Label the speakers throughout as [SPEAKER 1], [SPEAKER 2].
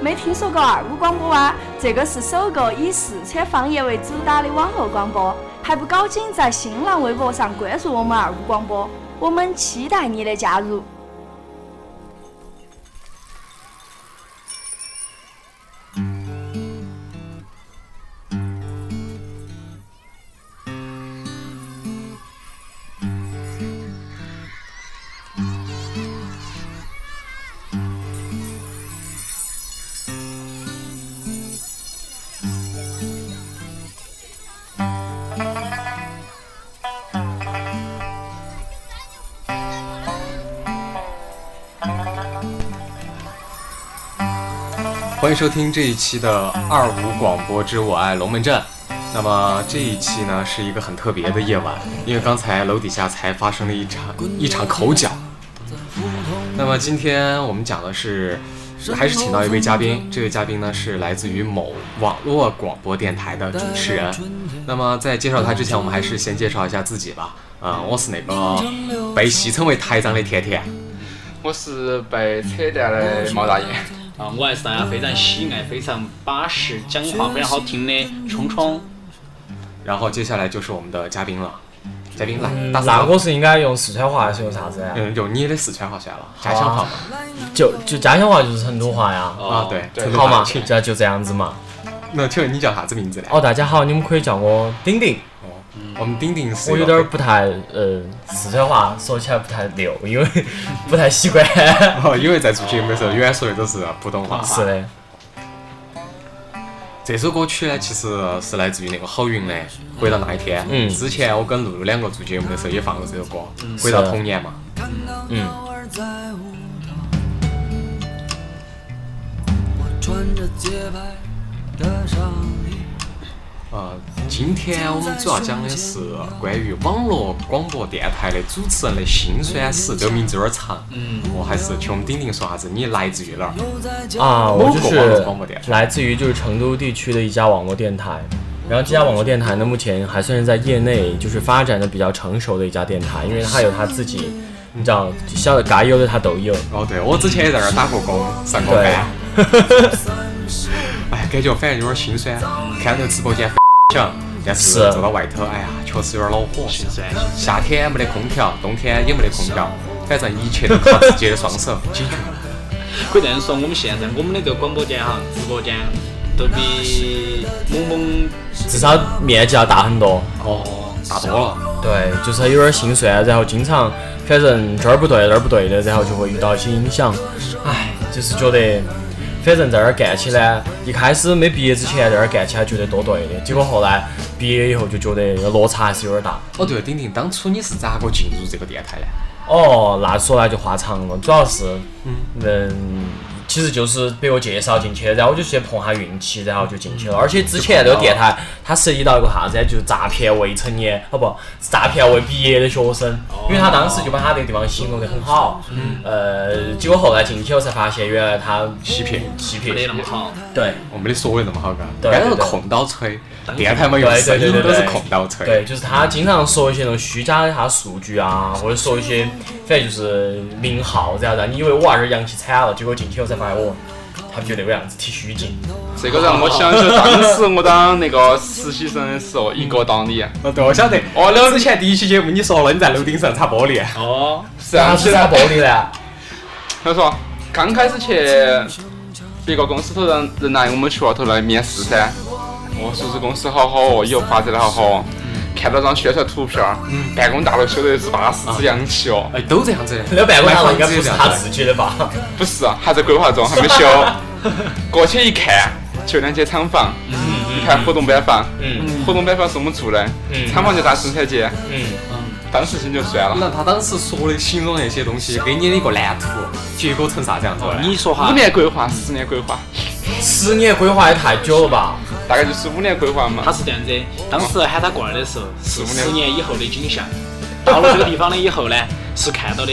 [SPEAKER 1] 没听说过二五广播啊？这个是首个以四川方言为主打的网络广播，还不赶紧在新浪微博上关注我们二五广播？我们期待你的加入。
[SPEAKER 2] 欢迎收听这一期的二五广播之我爱龙门阵。那么这一期呢是一个很特别的夜晚，因为刚才楼底下才发生了一场一场口角。那么今天我们讲的是，还是请到一位嘉宾，这位嘉宾呢是来自于某网络广播电台的主持人。那么在介绍他之前，我们还是先介绍一下自己吧。啊、我是那个被戏称为台长的甜甜。
[SPEAKER 3] 我是被扯掉的呃毛大爷，
[SPEAKER 4] 啊，我还是大家非常喜爱、非常巴适、讲话非常好听的冲冲。
[SPEAKER 2] 然后接下来就是我们的嘉宾了，嘉宾来打
[SPEAKER 5] 那
[SPEAKER 2] 赏。
[SPEAKER 5] 我是应该用四川话还是用啥子呀？
[SPEAKER 2] 嗯，用你的四川话算了，
[SPEAKER 5] 啊
[SPEAKER 2] 家乡话嘛。
[SPEAKER 5] 就就家乡话就是成都话呀，
[SPEAKER 4] 哦
[SPEAKER 2] 啊，对，
[SPEAKER 3] 对
[SPEAKER 2] 成都
[SPEAKER 5] 哦好嘛，
[SPEAKER 2] 话。
[SPEAKER 5] 就就这样子嘛。
[SPEAKER 2] 那请问你叫啥子名字呢？
[SPEAKER 5] 哦，大家好，你们可以叫我丁丁。
[SPEAKER 2] 我们丁丁是
[SPEAKER 5] 我
[SPEAKER 2] 一
[SPEAKER 5] 有
[SPEAKER 2] 个
[SPEAKER 5] 点儿不太，呃，四川话说起来不太溜，因为 不太习惯。
[SPEAKER 2] 哦，因为在做节目的时候，原来说的都是普通话。
[SPEAKER 5] 是的，
[SPEAKER 2] 这首歌曲呢，其实是来自于那个郝云的《回到那一天》。
[SPEAKER 5] 嗯
[SPEAKER 2] 之前我跟露露两个做节目的时候也放过这首歌，《回到童年》
[SPEAKER 5] 啊
[SPEAKER 2] 嘛。
[SPEAKER 5] 嗯，
[SPEAKER 2] 呃，今天我们主要讲的是关于网络广播电台的主持人的辛酸史。这个名字有点长，嗯，我还是请我们丁丁说啥子，你来自于哪儿？
[SPEAKER 5] 啊，我就
[SPEAKER 2] 某个网络广播电
[SPEAKER 5] 是来自于就是成都地区的一家网络电台。然后这家网络电台呢，目前还算是在业内就是发展的比较成熟的一家电台，因为它有它自己，你知道，小嘎有的它都有。
[SPEAKER 2] 哦，对，我之前也在那儿打过工，上过班。 哎，感觉反正有点心酸，啊看到直播间 响，但是
[SPEAKER 5] 是
[SPEAKER 2] 坐到外头，哎呀，确实有点恼火。
[SPEAKER 4] 心酸，
[SPEAKER 2] 夏天没得空调，冬天也没得空调，反正一切都靠自己的双手解决。
[SPEAKER 4] 可以这样说，我们现在我们的这个广播间哈，直播间都比萌萌
[SPEAKER 5] 至少面积要大很多。
[SPEAKER 2] 哦，大多了。
[SPEAKER 5] 对，就是有点心酸，然后经常反正这儿不对那儿不对的，然后就会遇到一些影响。唉，就是觉得反正在这儿干起来，一开始没毕业之前在这儿干起来觉得多对的，结果后来毕业以后就觉得落差还是有点大。
[SPEAKER 2] 哦，对，丁丁，当初你是咋个进入这个电台的？
[SPEAKER 5] 哦，那说来就话长了，主要是，嗯，其实就是被我介绍进去的，然后我就去碰下运气，然后就进去了。而且之前这个电台它涉及到一个啥子呢？就是诈骗未成年，哦不，诈骗未毕业的学生，因为他当时就把他这个地方形容得很好，呃，结果后来进去我才发现，原来他
[SPEAKER 2] 欺骗
[SPEAKER 5] 欺
[SPEAKER 4] 没得那
[SPEAKER 5] 骗，
[SPEAKER 4] 么好。
[SPEAKER 5] 对
[SPEAKER 2] 我没得所谓那么好，嘎，
[SPEAKER 5] 对
[SPEAKER 2] 原来是
[SPEAKER 5] 对对
[SPEAKER 2] 空刀吹，电台嘛，用
[SPEAKER 5] 对
[SPEAKER 2] 声
[SPEAKER 5] 对对
[SPEAKER 2] 音
[SPEAKER 5] 对
[SPEAKER 2] 都
[SPEAKER 5] 对
[SPEAKER 2] 是空刀吹。
[SPEAKER 5] 对，就是他经常说一些那种虚假的他数据啊，或者说一些反正就是名号，然后让你以为哇这儿洋气惨了，结果进去以后才发现哦，他不就那个样子，挺虚劲。
[SPEAKER 3] 这个让我想起当时我当那个实习生的时候，一个当你，
[SPEAKER 2] 哦，对，我晓得。
[SPEAKER 3] 哦那
[SPEAKER 2] 之前第一期节目你说了你在楼顶上擦玻璃，
[SPEAKER 4] 哦，
[SPEAKER 3] 是啊，
[SPEAKER 5] 是
[SPEAKER 3] 是
[SPEAKER 5] 擦
[SPEAKER 3] 啊
[SPEAKER 5] 玻，璃呢？
[SPEAKER 3] 他说刚开始去别个公司头人人来我们学校头来面试噻，我说这公司好好哦，以后发展的好好哦。看到张宣传图片儿，办公大楼修得是巴适之洋气哦。
[SPEAKER 2] 哎，都这样子的。
[SPEAKER 5] 那办公大楼应该不是
[SPEAKER 2] 买
[SPEAKER 5] 他
[SPEAKER 2] 房子
[SPEAKER 5] 自己的吧？
[SPEAKER 3] 不是，啊还在规划中，还没修。过去一看，就两间厂房，一看活动班房，
[SPEAKER 5] 嗯
[SPEAKER 3] 活动班房是我们住的，
[SPEAKER 5] 嗯
[SPEAKER 3] 厂房就大生产街，
[SPEAKER 5] 嗯，
[SPEAKER 3] 当时心就酸了。
[SPEAKER 2] 那他当时说的形容那些东西，给你的一个蓝图，结果成啥子样子了？
[SPEAKER 4] 你说
[SPEAKER 3] 五
[SPEAKER 4] 哈，
[SPEAKER 3] 年规划，十年规划，
[SPEAKER 5] 十年规划也太久了吧？
[SPEAKER 3] 大概就是五年规划嘛
[SPEAKER 4] 他。是这样子的，当时喊他过来的时候是
[SPEAKER 3] 十五
[SPEAKER 4] 十年以后的景象，到了这个地方了以后呢，是看到的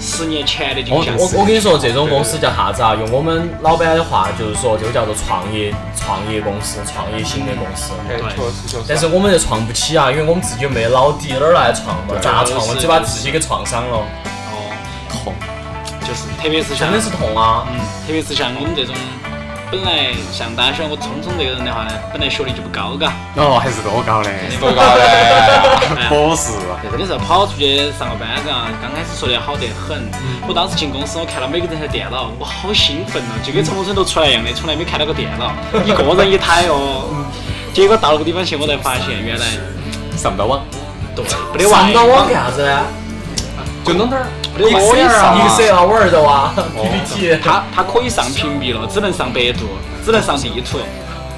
[SPEAKER 4] 十年前的景
[SPEAKER 3] 哦
[SPEAKER 4] 象。
[SPEAKER 5] 我我跟你说，这种公司叫啥子啊？用我们老板的话就是说，就叫做创业创业公司，创业型的公司。
[SPEAKER 3] 哎，确实确实。
[SPEAKER 5] 但是我们又创不起啊，因为我们自己又没老底，哪儿来创嘛？咋创？我只把自己给创伤了，
[SPEAKER 4] 哦，
[SPEAKER 2] 痛，
[SPEAKER 4] 就是特别是
[SPEAKER 5] 真
[SPEAKER 4] 像
[SPEAKER 5] 的是痛啊！
[SPEAKER 4] 嗯，特别是像我们这种本来上大学我聪聪这个人的话呢，本来学历就不高，嘎，哎
[SPEAKER 2] 哦，还是多高嘞？
[SPEAKER 3] 哎
[SPEAKER 2] 啊
[SPEAKER 3] 不高嘞，
[SPEAKER 2] 博士，
[SPEAKER 4] 真的是跑出去上个班，嘎，刚开始说的好得很。
[SPEAKER 3] 嗯
[SPEAKER 4] 我当时进公司，我看到每个人台电脑，我好兴奋哦，就跟重生都出来一样的，从来没看到过电 脑，一个人一台哦。
[SPEAKER 3] 嗯
[SPEAKER 4] 结果到那个地方去，我才发现原来
[SPEAKER 2] 上不到网，
[SPEAKER 3] 嗯
[SPEAKER 4] 对，没得
[SPEAKER 5] 上
[SPEAKER 4] 外
[SPEAKER 5] 到网
[SPEAKER 4] 网，
[SPEAKER 5] 干啥子呢
[SPEAKER 2] 就弄点儿
[SPEAKER 4] 没得
[SPEAKER 2] 一
[SPEAKER 4] 网页
[SPEAKER 2] 个
[SPEAKER 4] 啊。哦
[SPEAKER 5] ？Excel 啊，Word 啊，PPT，
[SPEAKER 4] 它它可以上屏蔽了，只能上百度，只能上地图，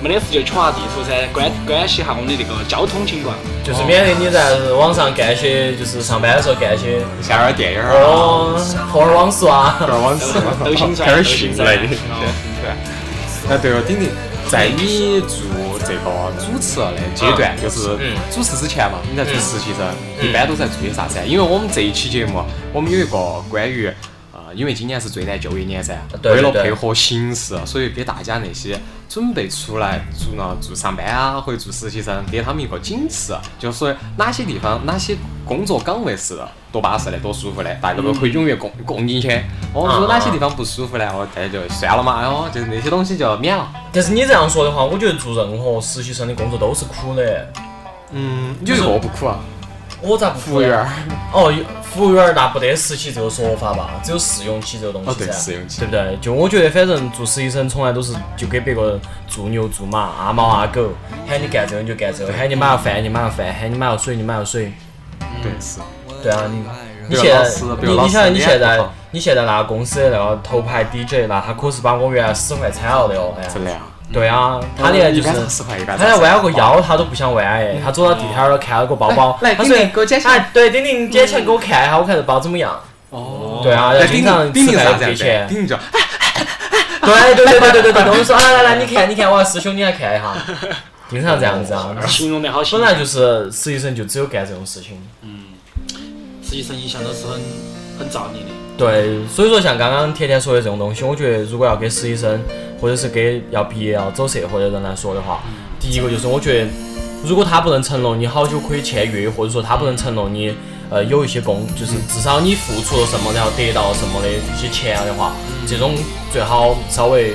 [SPEAKER 4] 没得事就取下地图噻，关关心下我们的这个交通情况。
[SPEAKER 5] 就是免得你在网上干一些，就是上班的时候干一些
[SPEAKER 2] 下点儿电影儿啊，
[SPEAKER 5] 哦，破儿网速啊。
[SPEAKER 2] 点儿网速啊，
[SPEAKER 4] 抖音算
[SPEAKER 2] 开
[SPEAKER 4] 抖
[SPEAKER 2] 始
[SPEAKER 4] 音
[SPEAKER 2] 训
[SPEAKER 4] 算
[SPEAKER 2] 嘞。
[SPEAKER 4] 哦
[SPEAKER 2] 哎，对了，丁丁，在你做这个主持的阶段，就是
[SPEAKER 5] 嗯
[SPEAKER 2] 主持之前嘛，你在做实习生，一般都在做些啥子？因为我们这一期节目，我们有一个关于。呃，因为今年是最难就业年噻，
[SPEAKER 5] 对
[SPEAKER 2] 为了
[SPEAKER 5] 对
[SPEAKER 2] 配合形势，啊所以给大家那些准备出来做呢做上班啊或者做实习生，给他们一个警示，就是说哪些地方哪些工作岗位是多巴适的、多舒服的，大家
[SPEAKER 5] 嗯
[SPEAKER 2] 都可以踊跃共共进去。哦，
[SPEAKER 5] 啊
[SPEAKER 2] 如果哪些地方不舒服呢，哦，大家就算了嘛，哎呦，就是那些东西就免了。
[SPEAKER 5] 但是你这样说的话，我觉得做任何实习生的工作都是苦的。
[SPEAKER 2] 嗯，有一个不苦啊，
[SPEAKER 5] 我咋不
[SPEAKER 2] 服务员儿。
[SPEAKER 5] 哦，服务员儿那不得实习这个说法吧，只有试用期这个东西噻、
[SPEAKER 2] 哦对试用期
[SPEAKER 5] 对不对？就我觉得，反正做实习生从来都是就给别个做牛做马，阿猫阿狗，喊你干这个你就干这个，喊你买个饭你买个饭，喊你买个水你买个水。
[SPEAKER 2] 对，是。
[SPEAKER 5] 对啊，你你
[SPEAKER 2] 对啊老
[SPEAKER 5] 现在
[SPEAKER 2] 师对啊
[SPEAKER 5] 你
[SPEAKER 2] 老
[SPEAKER 5] 你
[SPEAKER 2] 师
[SPEAKER 5] 想你
[SPEAKER 2] 也
[SPEAKER 5] 现
[SPEAKER 2] 不
[SPEAKER 5] 在
[SPEAKER 2] 好
[SPEAKER 5] 你现在那个公司的那个头牌 DJ，那他可是把我原来使坏惨了的哦，哎呀
[SPEAKER 2] 真的啊。
[SPEAKER 5] 对啊，他连
[SPEAKER 2] 哦
[SPEAKER 5] 就
[SPEAKER 2] 一般
[SPEAKER 5] 是
[SPEAKER 2] 是十块，一般
[SPEAKER 5] 他连弯了个腰他都不想弯哎，他走到地摊儿了看了个包包，
[SPEAKER 2] 来来
[SPEAKER 5] 他说
[SPEAKER 2] 丁丁给我捡起来
[SPEAKER 5] 哎，对，丁丁捡起来给我看一下，我看这包怎么样。
[SPEAKER 2] 哦。
[SPEAKER 5] 对啊，要
[SPEAKER 2] 丁
[SPEAKER 5] 经常
[SPEAKER 2] 丁丁丁
[SPEAKER 5] 吃
[SPEAKER 2] 啥
[SPEAKER 5] 饭
[SPEAKER 2] 子
[SPEAKER 5] 给
[SPEAKER 2] 呀？
[SPEAKER 5] 钱。
[SPEAKER 2] 丁丁就
[SPEAKER 5] 对对对对对对对，我就说啊来来来，你看你看，哇，师兄你来 看一下，经常这样子 啊。
[SPEAKER 4] 形容得好形
[SPEAKER 5] 本
[SPEAKER 4] 象，
[SPEAKER 5] 来就是实习生就只有干这种事情。
[SPEAKER 4] 实习生一向都是很很造孽的。
[SPEAKER 5] 对，所以说像刚刚甜甜说的这种东西，我觉得如果要给实习生，或者是给要毕业要走社会的人来说的话，第一个就是我觉得，如果他不能承诺你好久可以签约，或者说他不能承诺你呃有一些工，就是至少你付出了什么，然后得到了什么的一些钱的话，这种最好稍微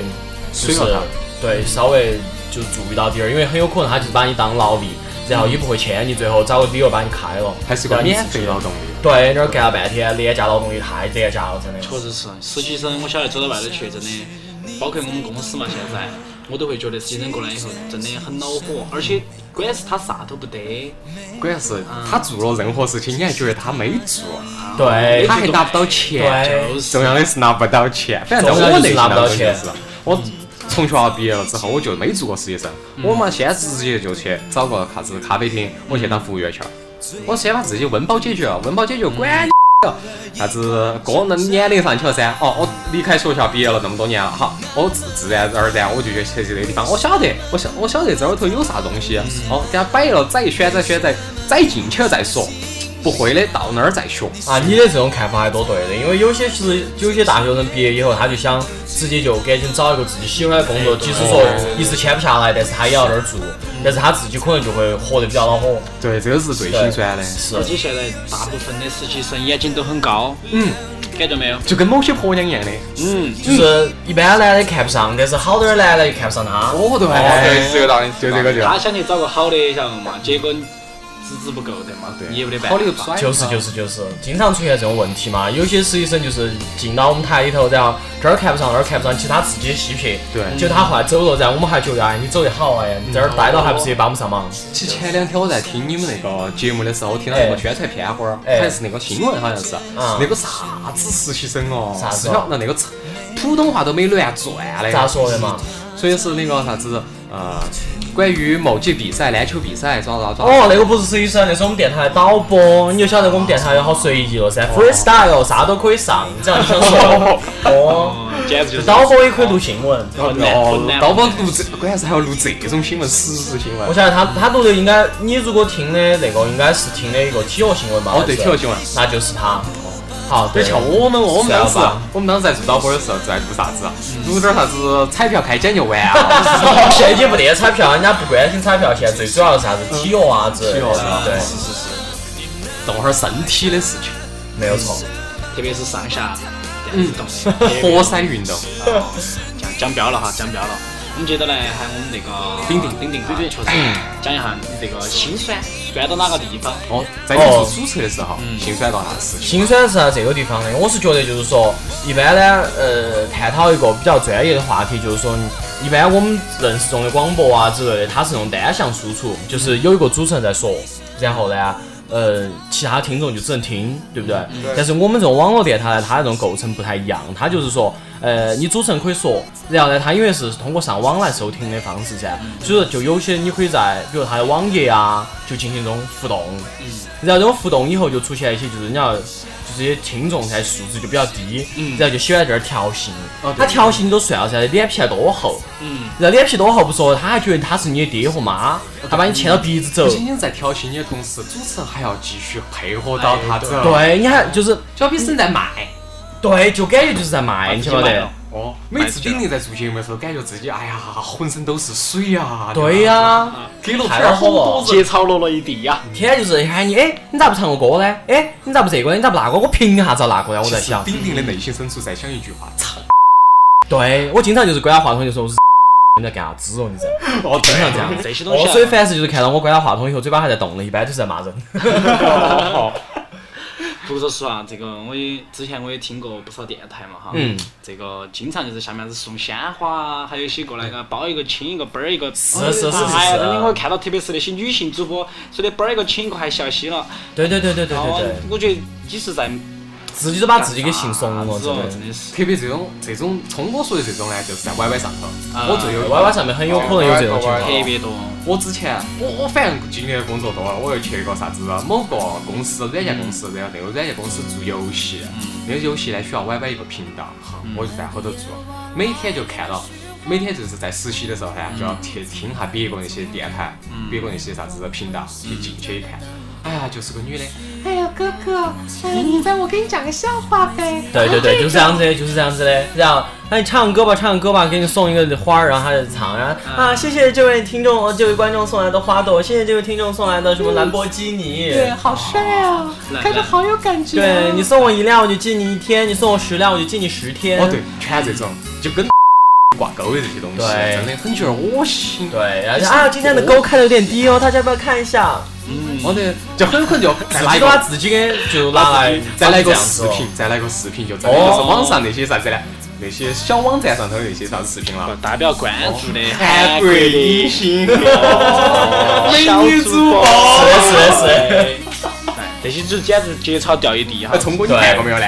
[SPEAKER 5] 就是
[SPEAKER 2] 水了
[SPEAKER 5] 对稍微就注意到点儿，因为很有可能他就是把你当劳力，然后也不会签你，最后找个理由把你开了，
[SPEAKER 2] 还是个
[SPEAKER 5] 让你
[SPEAKER 2] 免
[SPEAKER 5] 自己
[SPEAKER 2] 费劳动力。
[SPEAKER 5] 对，那儿干了半天，廉价劳动力太廉价了，真的。
[SPEAKER 4] 确实是，实习生我晓得走到外头去，真的，包括我们公司嘛，现在我都会觉得实习生过来以后真的很恼火，而且关键是他啥都不得，
[SPEAKER 2] 关键是他做了任何事情，你还觉得他没做，啊
[SPEAKER 5] 对
[SPEAKER 2] 他还拿不到钱。
[SPEAKER 5] 对，
[SPEAKER 4] 就是
[SPEAKER 2] 重要的是拿不到钱，反正在我内心当中就是，我从学校毕业了之后，我就没做过实习生，我嘛先直接就去找个啥子咖啡厅，我去当服务员去了，我先把自己温饱解决了，温饱解决管你了。啥子个人年龄上去了噻？哦，我离开学校毕业了这么多年了哈，我自自然而然我就去去这个地方，我晓得，我晓我晓得这儿头有啥东西，哦，给它摆了，再选再选再再进去了再说，不会的到那儿再学。
[SPEAKER 5] 啊，你的这种看法还多对的，因为有些其实有些大学生毕业以后，他就想直接就赶紧找一个自己喜欢的工作，即使说一时签不下来，但是他也要那儿做，但是他自己可能就会活得比较恼火。
[SPEAKER 2] 对，这个是最心酸的。
[SPEAKER 5] 是
[SPEAKER 4] 而，且现在大部分的实习生眼睛都很高，
[SPEAKER 2] 嗯，
[SPEAKER 4] 感觉没有？
[SPEAKER 2] 就跟某些婆娘一样的。
[SPEAKER 4] 嗯，
[SPEAKER 5] 就是一般男的看不上，但是好点儿的男的又看不上他。
[SPEAKER 2] 哦，对，
[SPEAKER 3] 哦对，是这个道理，
[SPEAKER 2] 就这
[SPEAKER 3] 是
[SPEAKER 2] 个
[SPEAKER 3] 道理
[SPEAKER 2] 就
[SPEAKER 4] 他想去找个好的，晓得嘛？结果你资质不够的嘛，你也没得办
[SPEAKER 2] 好的又不甩，
[SPEAKER 4] 法。
[SPEAKER 5] 就是就是就是，经常出现这种问题嘛。有些实习生就是进到我们台里头，然后这儿看不上，那儿看不上，其实他自己的稀撇。
[SPEAKER 2] 对嗯
[SPEAKER 5] 就他后来走了，然后我们还觉得哎，你走得好哎，你在这儿待到还不是也帮不上忙？
[SPEAKER 2] 其实前两天我在听你们那个节目的时候，我听到一个宣传片花儿，
[SPEAKER 5] 哎
[SPEAKER 2] 还是那个新闻，好像是
[SPEAKER 5] 嗯
[SPEAKER 2] 那个啥子实习生哦，
[SPEAKER 5] 啥子
[SPEAKER 2] 是晓得那个普通话都没乱转的，
[SPEAKER 5] 咋说的嘛？
[SPEAKER 2] 所以是那个啥子呃，关于某届比赛篮球比赛咋咋咋，
[SPEAKER 5] 哦，那个不是实习生，那是我们电台的导播，你就晓得我们电台有好随意了噻，freestyle
[SPEAKER 2] 哦
[SPEAKER 5] 啥都可以上，只要你 想说。哦，
[SPEAKER 4] 哦简直就是
[SPEAKER 5] 导播也可以录新闻。
[SPEAKER 4] 混蛋混
[SPEAKER 2] 哦
[SPEAKER 4] 蛋，
[SPEAKER 2] 刀帮录这，关键是还要录这种新闻，时事新
[SPEAKER 5] 我
[SPEAKER 2] 闻。
[SPEAKER 5] 晓得他他录的应该，你如果听的那个应该是听的一个体育新闻吧？
[SPEAKER 2] 哦，对，
[SPEAKER 5] 还是
[SPEAKER 2] 体育新闻。哦
[SPEAKER 5] 那就是他。好，
[SPEAKER 2] 对，像我们我们当时
[SPEAKER 5] 是啊，嗯
[SPEAKER 2] 我们当时在做导播的时候在录啥子啊？录点啥子彩票开奖就完了。
[SPEAKER 5] 哦现在已经不得彩票，人家不关心彩票，现在最主要是啥子体育啊之类
[SPEAKER 2] 体育是
[SPEAKER 5] 的
[SPEAKER 2] 吧，
[SPEAKER 5] 对，
[SPEAKER 2] 动会儿身体的事情，
[SPEAKER 5] 没有错。
[SPEAKER 4] 嗯 特别是上下电动，
[SPEAKER 2] 活塞运动，
[SPEAKER 4] 加讲标了哈，讲标了。我们接着来喊我们那个
[SPEAKER 2] 丁丁
[SPEAKER 4] 丁丁哈，就是讲一下你这个心酸酸到哪个地方。
[SPEAKER 2] 哦，在你做主持的时候，
[SPEAKER 5] 嗯
[SPEAKER 2] 心酸到啥事情？
[SPEAKER 5] 心酸是在这个地方的，我是觉得就是说，一般呢，呃，探讨一个比较专业的话题，就是说，一般我们认识中的广播啊之类的，它是用单向输出，就是有一个主持人在说，然后呢，呃，其他听众就只能听，对不对？但是我们这种网络电台呢，它这种构成不太一样，它就是说，呃，你主持人可以说，然后呢，它因为是通过上网来收听的方式噻，所以说就有些你可以在，比如它的网页啊，就进行这种互动。然后这种互动以后就出现一些就是你要就是一些听众噻素质就比较低，
[SPEAKER 2] 嗯
[SPEAKER 5] 然后就喜欢在这儿调戏你。
[SPEAKER 2] 哦
[SPEAKER 5] 他调戏你都算了噻，脸皮还多厚。
[SPEAKER 4] 嗯，
[SPEAKER 5] 然后脸皮多厚不说，他还觉得他是你的爹和妈，他把你牵到鼻子走
[SPEAKER 2] 哦不。仅仅在调戏你的同时，主持人还要继续配合到他走。，
[SPEAKER 5] 哎对，你还就是
[SPEAKER 2] 就好比是在卖。
[SPEAKER 5] 对，就感觉就是在
[SPEAKER 2] 啊
[SPEAKER 5] 卖，你晓不晓
[SPEAKER 4] 卖
[SPEAKER 5] 得
[SPEAKER 4] 了？
[SPEAKER 2] 哦，每次丁宁在做节目的时候，感觉自己哎呀，浑身都是水呀。
[SPEAKER 5] 对
[SPEAKER 2] 吧，
[SPEAKER 5] 呀，
[SPEAKER 2] 啊给了
[SPEAKER 5] 太
[SPEAKER 2] 片儿好
[SPEAKER 5] 好了
[SPEAKER 2] 多 人。
[SPEAKER 4] 节操落了一地呀。
[SPEAKER 5] 天天就是喊你，哎，你咋不唱个歌呢？哎，你咋不这个呢？你咋不那个？我凭啥子要那个呀？我在
[SPEAKER 2] 其实
[SPEAKER 5] 想，嗯
[SPEAKER 2] 丁丁的内心深处在想一句 话：操！
[SPEAKER 5] 对我经常就是关了话筒就说我是你在干啥子哦？你在。
[SPEAKER 2] 哦，
[SPEAKER 5] 经常这样子。
[SPEAKER 4] 这些东西
[SPEAKER 5] 哦
[SPEAKER 4] 啊，
[SPEAKER 5] 所以凡是就是看到我关了话筒以后，嘴巴还在动的，一般都是在骂人。
[SPEAKER 4] 不说实话，这个我也之前我也听过不少电台嘛哈，
[SPEAKER 5] 嗯，
[SPEAKER 4] 这个经常就是下面是送鲜花啊，还有一些过来个包一个亲一个啵儿一个，
[SPEAKER 5] 是是是啊是
[SPEAKER 4] 哎呀，
[SPEAKER 5] 是
[SPEAKER 4] 真的我看到特别是那些女性主播，说的啵儿一个亲一个还笑嘻了，
[SPEAKER 5] 对对对对对
[SPEAKER 4] 然后
[SPEAKER 5] 对对，
[SPEAKER 4] 我觉得你是在
[SPEAKER 5] 哦自己都把自己给信怂
[SPEAKER 4] 干啥
[SPEAKER 5] 了，
[SPEAKER 4] 子
[SPEAKER 5] 真
[SPEAKER 4] 哦
[SPEAKER 5] 的。
[SPEAKER 4] 真的是，
[SPEAKER 2] 特别这种这种，从我说的这种呢，就是在 YY 上头，
[SPEAKER 4] 啊
[SPEAKER 2] 我最有
[SPEAKER 5] 歪歪上面很有可能有这种情
[SPEAKER 3] 哦
[SPEAKER 5] 况。
[SPEAKER 4] 特别多，
[SPEAKER 2] 我之前，我我反正经历的工作多了，我又去一个啥子啊某个公司软件公司，然后那个软件公司做游戏，
[SPEAKER 5] 嗯
[SPEAKER 2] 那个游戏呢需要 YY 一个频道，哈，我就在后头做，每天就看到，每天就是在实习的时候呢，就
[SPEAKER 5] 嗯
[SPEAKER 2] 要去听下别个那些电台，别个那些啥子频道，
[SPEAKER 5] 嗯
[SPEAKER 2] 去进去一看，哎呀，就是个女的，
[SPEAKER 6] 哎呀，哥哥，哎，你在我给你讲个笑话呗。
[SPEAKER 5] 对对对，就是这样子的，就是这样子的。然后，那你唱歌吧，唱歌吧，给你送一个花儿，然后他就唱，然后啊，谢谢这位听众，呃这位观众送来的花朵，谢谢这位听众送来的什么兰博基尼。
[SPEAKER 6] 对，好帅啊，看着好有感觉、啊。
[SPEAKER 5] 对你送我一辆，我就记你一天；你送我十辆，我就记你十天。
[SPEAKER 2] 哦对，全这种就跟挂钩的这些东西，啊
[SPEAKER 5] 对
[SPEAKER 2] 真的很觉得恶心，
[SPEAKER 5] 对，然后就啊，今天的沟开的有点低哦，大家要不要看一下？
[SPEAKER 2] 我的哦就很可能就再
[SPEAKER 5] 自
[SPEAKER 2] 拉
[SPEAKER 5] 己
[SPEAKER 2] 一
[SPEAKER 5] 都
[SPEAKER 2] 个
[SPEAKER 5] 把自己给就拿来
[SPEAKER 2] 再来一
[SPEAKER 5] 这
[SPEAKER 2] 个
[SPEAKER 5] 样子
[SPEAKER 2] 视
[SPEAKER 5] 哦
[SPEAKER 2] 频，再来一个视频，就真的就是网上那些啥子呢？那些小网站上头那些啥子视频了？
[SPEAKER 4] 代表关注的
[SPEAKER 2] 韩
[SPEAKER 4] 韩
[SPEAKER 2] 国
[SPEAKER 4] 国
[SPEAKER 2] 一
[SPEAKER 4] 的
[SPEAKER 2] 星，
[SPEAKER 4] 美
[SPEAKER 2] 女主播
[SPEAKER 5] 是的，是的，是的。
[SPEAKER 4] 这些就简直节操掉一地哈
[SPEAKER 2] 哎，。聪哥你看过没有呢？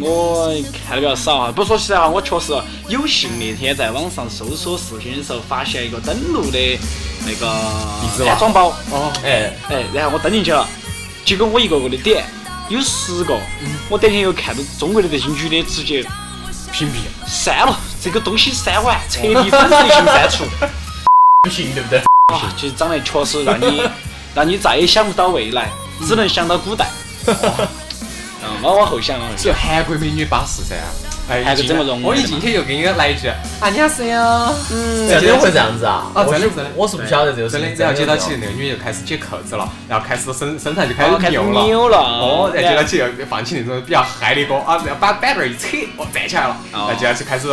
[SPEAKER 4] 我看的比较少哈，不说实在话，我确实有幸那天在网上搜索视频的时候，发现一个登录的那
[SPEAKER 5] 址
[SPEAKER 4] 个
[SPEAKER 5] 吧
[SPEAKER 4] 安装包，
[SPEAKER 5] 哎，
[SPEAKER 4] 哎，然后我登进去了，结果我一个个的点，有十个，我等天又看到中国的这些女的直接
[SPEAKER 2] 屏蔽。
[SPEAKER 4] 删了，这个东西删完，彻底粉碎性删 除。
[SPEAKER 5] 不行，对不对？
[SPEAKER 4] 啊，其实长得确实让你让你再也想不到未来，只能想到 古代。嗯，往往后想，往后
[SPEAKER 2] 只
[SPEAKER 4] 想
[SPEAKER 2] 有韩国美女巴适噻。哎，
[SPEAKER 4] 韩国
[SPEAKER 2] 一进来
[SPEAKER 4] 怎么容易
[SPEAKER 2] 我一进去就给你来一句，
[SPEAKER 6] 俺家谁呀？嗯，
[SPEAKER 5] 真的会这样子啊？
[SPEAKER 2] 哦
[SPEAKER 5] 我
[SPEAKER 2] 真的
[SPEAKER 5] 是
[SPEAKER 2] 真的
[SPEAKER 5] 我是不晓得这个事
[SPEAKER 2] 真的，
[SPEAKER 5] 情。
[SPEAKER 2] 然后接到起
[SPEAKER 5] 真的
[SPEAKER 2] 那个女的就开始解扣子了，然后开始身身上就
[SPEAKER 4] 然后
[SPEAKER 2] 开
[SPEAKER 4] 开
[SPEAKER 2] 始
[SPEAKER 4] 始
[SPEAKER 2] 扭了。
[SPEAKER 4] 扭了，哎
[SPEAKER 2] 哦，然后接
[SPEAKER 4] 然
[SPEAKER 2] 到
[SPEAKER 4] 后
[SPEAKER 2] 起又放起那种比较嗨的歌啊，然后把板凳一扯，哦站起来了，然
[SPEAKER 4] 哦
[SPEAKER 2] 后接到起开始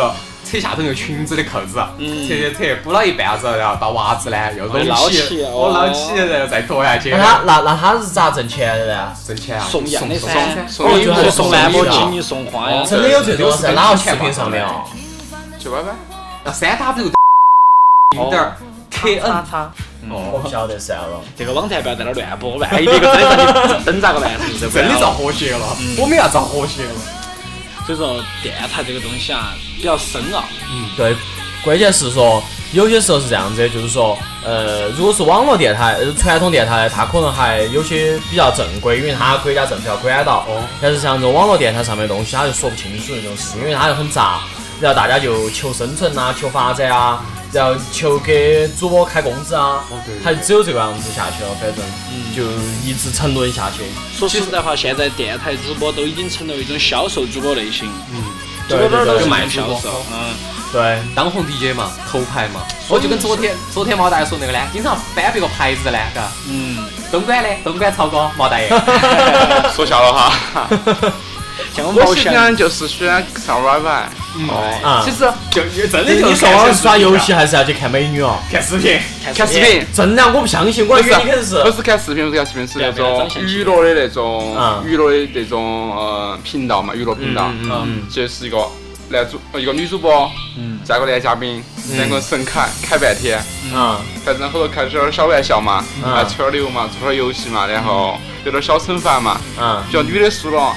[SPEAKER 2] 扯下头那个裙子的扣子，啊
[SPEAKER 4] 嗯
[SPEAKER 2] 扯扯扯，补了一半之后，然后把袜子呢又拢
[SPEAKER 4] 捞
[SPEAKER 2] 起
[SPEAKER 4] 起，
[SPEAKER 2] 哦
[SPEAKER 4] 哦
[SPEAKER 2] 捞起，然后再脱下去
[SPEAKER 5] 那，他那那他是咋挣钱的呢？
[SPEAKER 2] 挣钱啊，
[SPEAKER 4] 送一样的
[SPEAKER 2] 送
[SPEAKER 4] 噻，哦
[SPEAKER 2] 送
[SPEAKER 5] 我
[SPEAKER 4] 送
[SPEAKER 5] 觉得
[SPEAKER 4] 衣
[SPEAKER 5] 还是
[SPEAKER 4] 服、
[SPEAKER 5] 送
[SPEAKER 4] 送兰博基
[SPEAKER 5] 送
[SPEAKER 4] 尼、送花呀，
[SPEAKER 2] 哦
[SPEAKER 5] 真的有哦这种在哪个视频上面
[SPEAKER 2] 六
[SPEAKER 5] 哦？
[SPEAKER 3] 去歪歪。
[SPEAKER 2] 那三 W
[SPEAKER 4] 哦
[SPEAKER 2] 点儿 K N，
[SPEAKER 5] 我
[SPEAKER 2] 哦，
[SPEAKER 5] 不晓得算了。
[SPEAKER 4] 这个网站不要在那儿乱播，万一别个真的上去登咋个办？是 不是？
[SPEAKER 2] 真的遭和谐了，我们要遭和谐了。
[SPEAKER 4] 所以说电台这个东西啊，比较深奥。
[SPEAKER 5] 对，关键是说有些时候是这样子的，就是说，呃，如果是网络电台、呃传统电台，它可能还有些比较正规，因为它国家政府要管到。
[SPEAKER 2] 哦。
[SPEAKER 5] 但是像这种网络电台上面的东西，它就说不清楚那种事情，因为它又很杂，然后大家就求生存啊，求发展啊，然后求给主播开工资啊，
[SPEAKER 2] 哦对对
[SPEAKER 5] 它就只有这个样子下去了，反正就一直沉沦下去。
[SPEAKER 4] 说实在话，现在电台主播都已经成了一种销售主播类型，主播
[SPEAKER 5] 对对
[SPEAKER 4] 哪儿都
[SPEAKER 5] 对
[SPEAKER 4] 是
[SPEAKER 5] 对
[SPEAKER 4] 卖销售，嗯。
[SPEAKER 5] 对，
[SPEAKER 2] 当红 DJ 嘛，头牌嘛，我就跟昨天昨天毛大爷说那个呢，经常翻别个牌子呢，嘎，
[SPEAKER 4] 嗯，
[SPEAKER 2] 东莞的东莞曹哥毛大爷，
[SPEAKER 3] 说笑了哈，
[SPEAKER 4] 像我们
[SPEAKER 3] 我
[SPEAKER 4] 保
[SPEAKER 3] 喜
[SPEAKER 4] 险，
[SPEAKER 3] 欢就是喜欢上 YY。哦，
[SPEAKER 5] 啊
[SPEAKER 3] 其，实
[SPEAKER 2] 就真的
[SPEAKER 5] 嗯你
[SPEAKER 2] 就
[SPEAKER 5] 上网耍游戏还是要去看美女哦？
[SPEAKER 2] 看视频，
[SPEAKER 3] 看视频。
[SPEAKER 5] 真的，啊我不相信，我以为你肯定是
[SPEAKER 3] 嗯哎不是看视频，不是看视频，是那种娱乐的那种
[SPEAKER 5] 嗯
[SPEAKER 3] 娱乐的那种呃频道嘛，娱乐频道，
[SPEAKER 5] 嗯
[SPEAKER 3] 就是一个男主呃一个女主播，再一个男嘉宾，
[SPEAKER 5] 嗯
[SPEAKER 3] 两个人神侃侃半天，
[SPEAKER 5] 啊
[SPEAKER 3] 反正后头开点小玩笑嘛，
[SPEAKER 5] 嗯
[SPEAKER 3] 啊吹点牛嘛，做点游戏嘛，然后有点小惩罚嘛，
[SPEAKER 5] 啊
[SPEAKER 3] 就女的输了，啊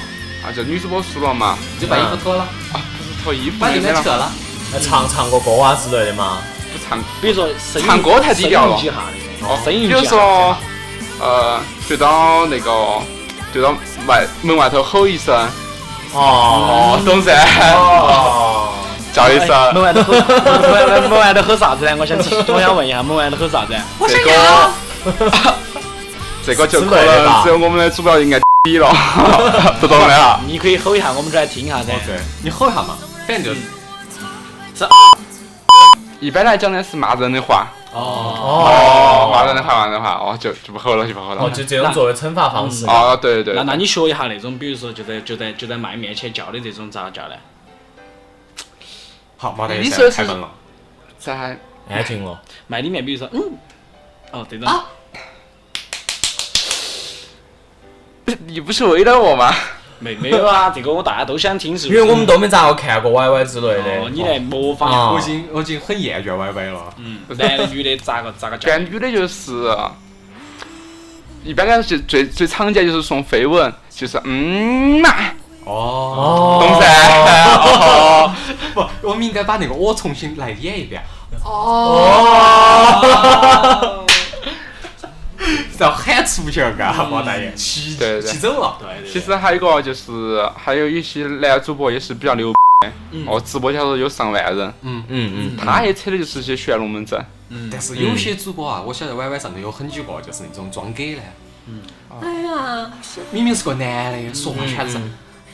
[SPEAKER 3] 就女主播输了嘛，
[SPEAKER 7] 就把衣服脱了，
[SPEAKER 2] 嗯
[SPEAKER 3] 啊不是脱衣服，
[SPEAKER 7] 把里面
[SPEAKER 3] 然后
[SPEAKER 7] 扯了，
[SPEAKER 5] 唱唱个歌啊之类的嘛。
[SPEAKER 3] 不唱，
[SPEAKER 4] 比如说声
[SPEAKER 3] 唱歌太低调了
[SPEAKER 4] 声音几下的，
[SPEAKER 3] 哦，
[SPEAKER 4] 声音
[SPEAKER 3] 比
[SPEAKER 4] 几下
[SPEAKER 3] 如
[SPEAKER 4] 的
[SPEAKER 3] 说呃对到那个对到外门外头吼一声。
[SPEAKER 5] 哦
[SPEAKER 3] 哦，懂噻，
[SPEAKER 5] 哦，
[SPEAKER 3] 叫一声
[SPEAKER 4] 哎门外头吼，门外 门外头吼啥子呢？我想 我想问一下，门外头吼啥子？啊
[SPEAKER 3] 这个， 这个就可能只有我们的主播应该低了，不懂啊没有？
[SPEAKER 4] 你可以吼一下，我们这来听一下噻。
[SPEAKER 2] 对你吼一下嘛，反正就是
[SPEAKER 3] 一般来讲呢是骂人的话，
[SPEAKER 2] 哦，
[SPEAKER 3] 哦，骂人的话，骂人的话，哦，就就不吼了，就不吼
[SPEAKER 5] 哦，
[SPEAKER 3] 了。
[SPEAKER 5] 就这种作为惩罚方式。
[SPEAKER 3] 哦，对对
[SPEAKER 4] 那那
[SPEAKER 3] 对，
[SPEAKER 4] 你学一下那种，比如说就在就在就在麦面前叫的这种咋叫呢？
[SPEAKER 2] 好，马大爷
[SPEAKER 3] 你
[SPEAKER 2] 现在
[SPEAKER 3] 说的
[SPEAKER 2] 开
[SPEAKER 3] 是
[SPEAKER 2] 门了，
[SPEAKER 3] 在
[SPEAKER 5] 安静了，
[SPEAKER 4] 麦里面比如说嗯，哦这种，
[SPEAKER 6] 啊
[SPEAKER 3] 不是 你不是为了我吗？
[SPEAKER 4] 没没有啊， 这个我大家都想听是
[SPEAKER 5] 因
[SPEAKER 4] 不是？
[SPEAKER 5] 为我们都没咋个看过 YY 之类
[SPEAKER 4] 哦，你来
[SPEAKER 5] 的。
[SPEAKER 4] 模仿一下
[SPEAKER 5] 啊
[SPEAKER 2] 我已经我已经很厌倦 YY 了，
[SPEAKER 4] 嗯，男的女的咋个咋个 叫？
[SPEAKER 3] 干女的就是，呃一般来说就最最常见就是送飞吻，就是嗯嘛，
[SPEAKER 2] 哦，
[SPEAKER 5] 哦，
[SPEAKER 3] 懂噻？哦，
[SPEAKER 2] 不，我们应该把那个我重新来演一遍，
[SPEAKER 5] 哦，
[SPEAKER 2] 然后喊出去了，嘎，马大爷起
[SPEAKER 3] 对对对
[SPEAKER 2] 起整了，
[SPEAKER 4] 对对
[SPEAKER 3] 其实还有一个就是，还有一些男主播也是比较牛逼的，哦，直播间头有上万人，
[SPEAKER 5] 嗯嗯，
[SPEAKER 3] 他也扯的就是些玄龙门阵。
[SPEAKER 2] 但是有些主播啊，我晓得 YY 上头有很几个就是那种装给的，
[SPEAKER 6] 哎呀，
[SPEAKER 2] 明明是个男的，说话全是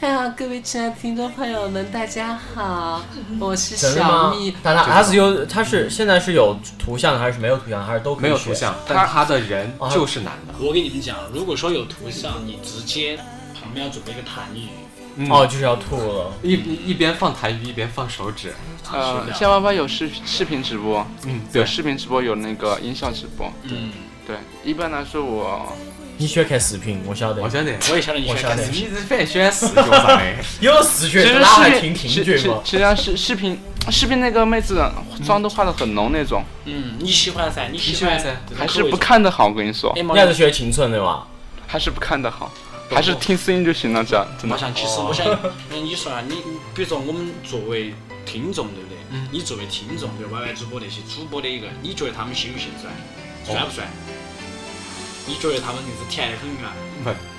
[SPEAKER 6] 哎呀，各位亲爱的听众朋友们，大家好，我是
[SPEAKER 5] 真的吗
[SPEAKER 6] 小蜜？。
[SPEAKER 5] 但他他是有，他是现在是有图像还是没有图像，还是都可以
[SPEAKER 2] 没有
[SPEAKER 5] 选
[SPEAKER 2] 图像，但嗯他哦的人就是男的，
[SPEAKER 4] 我跟你们讲，如果说有图像，你直接旁边要准备一个痰盂，
[SPEAKER 2] 嗯
[SPEAKER 5] 哦，，就是要吐了。
[SPEAKER 2] 一一边放痰盂一边放手指，
[SPEAKER 4] 嗯啊
[SPEAKER 3] 呃，像爸爸有视视频直播，
[SPEAKER 2] 嗯，
[SPEAKER 3] 有视频直播，有那个音效直播。
[SPEAKER 4] 嗯，
[SPEAKER 3] 对，一般来说我
[SPEAKER 5] 你喜欢看视频，我晓得
[SPEAKER 2] 我。晓得，
[SPEAKER 4] 我也晓得你喜欢
[SPEAKER 5] 我
[SPEAKER 4] 看
[SPEAKER 5] 晓得
[SPEAKER 2] 你这反正喜欢视觉上的，
[SPEAKER 5] 有了视
[SPEAKER 3] 其
[SPEAKER 5] 觉，
[SPEAKER 3] 实
[SPEAKER 5] 那还
[SPEAKER 3] 视
[SPEAKER 5] 听
[SPEAKER 3] 频，
[SPEAKER 5] 听
[SPEAKER 3] 其
[SPEAKER 5] 觉
[SPEAKER 3] 实
[SPEAKER 5] 嘛。
[SPEAKER 3] 其实上视视频视频那个妹子妆都化得很浓那种，
[SPEAKER 4] 嗯，你喜欢噻，你喜
[SPEAKER 2] 你喜欢噻
[SPEAKER 4] 这种
[SPEAKER 3] 还是
[SPEAKER 4] 口味
[SPEAKER 3] 不看的好。我跟你说
[SPEAKER 4] 哎，，
[SPEAKER 5] 你还是
[SPEAKER 4] 毛
[SPEAKER 5] 喜欢清纯的吧？
[SPEAKER 3] 还是不看的好，还是听声音就行了，这真
[SPEAKER 4] 毛
[SPEAKER 3] 的。
[SPEAKER 4] 像其
[SPEAKER 5] 哦
[SPEAKER 4] 实我想，嗯，你说啊，你你比如说我们作为听众，对不对？你作为听众，对 YY 主播那些主播的一个，你觉得他们心不心酸？酸不酸？你觉得他们就是甜得很啊？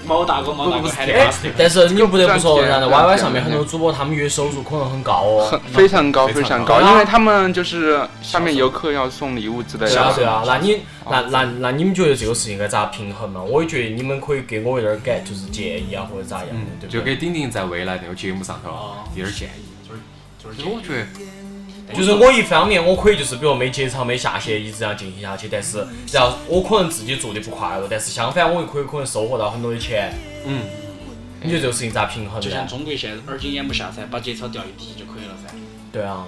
[SPEAKER 4] 毛大哥，毛大哥喊的巴适得
[SPEAKER 5] 但是你哎不得不说，
[SPEAKER 3] 这个
[SPEAKER 5] 人家
[SPEAKER 3] 不赚
[SPEAKER 5] YY
[SPEAKER 3] 钱
[SPEAKER 5] 上面很多主播，他们月收入可能很高
[SPEAKER 3] 很
[SPEAKER 5] 哦。
[SPEAKER 3] 非常高，
[SPEAKER 2] 非
[SPEAKER 3] 非
[SPEAKER 2] 常
[SPEAKER 3] 常
[SPEAKER 2] 高
[SPEAKER 3] 高，因为他们就是下面游客要送礼物之类
[SPEAKER 5] 对啊，
[SPEAKER 3] 的。
[SPEAKER 5] 对啊，那你那那那你们觉得这个事情应该咋平衡嘛？我也觉得你们可以给我一点儿改，就是建议啊或者咋样的，对
[SPEAKER 2] 嗯，
[SPEAKER 5] 不
[SPEAKER 2] 就
[SPEAKER 5] 对？
[SPEAKER 2] 给丁丁在未来那个节目上头一点建议，
[SPEAKER 4] 就是
[SPEAKER 2] 我觉得
[SPEAKER 5] 就是我一方面我可以就是比如没节操没下限一直这样进行下去，但是然后我可能自己做的不快乐，但是相反我又可以可能收获到很多的钱。
[SPEAKER 2] 嗯，
[SPEAKER 5] 你觉得这个事情咋平衡
[SPEAKER 4] 就像
[SPEAKER 5] 呢？
[SPEAKER 4] 中国现在耳巾眼不下噻，把节操掉一低就可以了噻。
[SPEAKER 5] 对啊，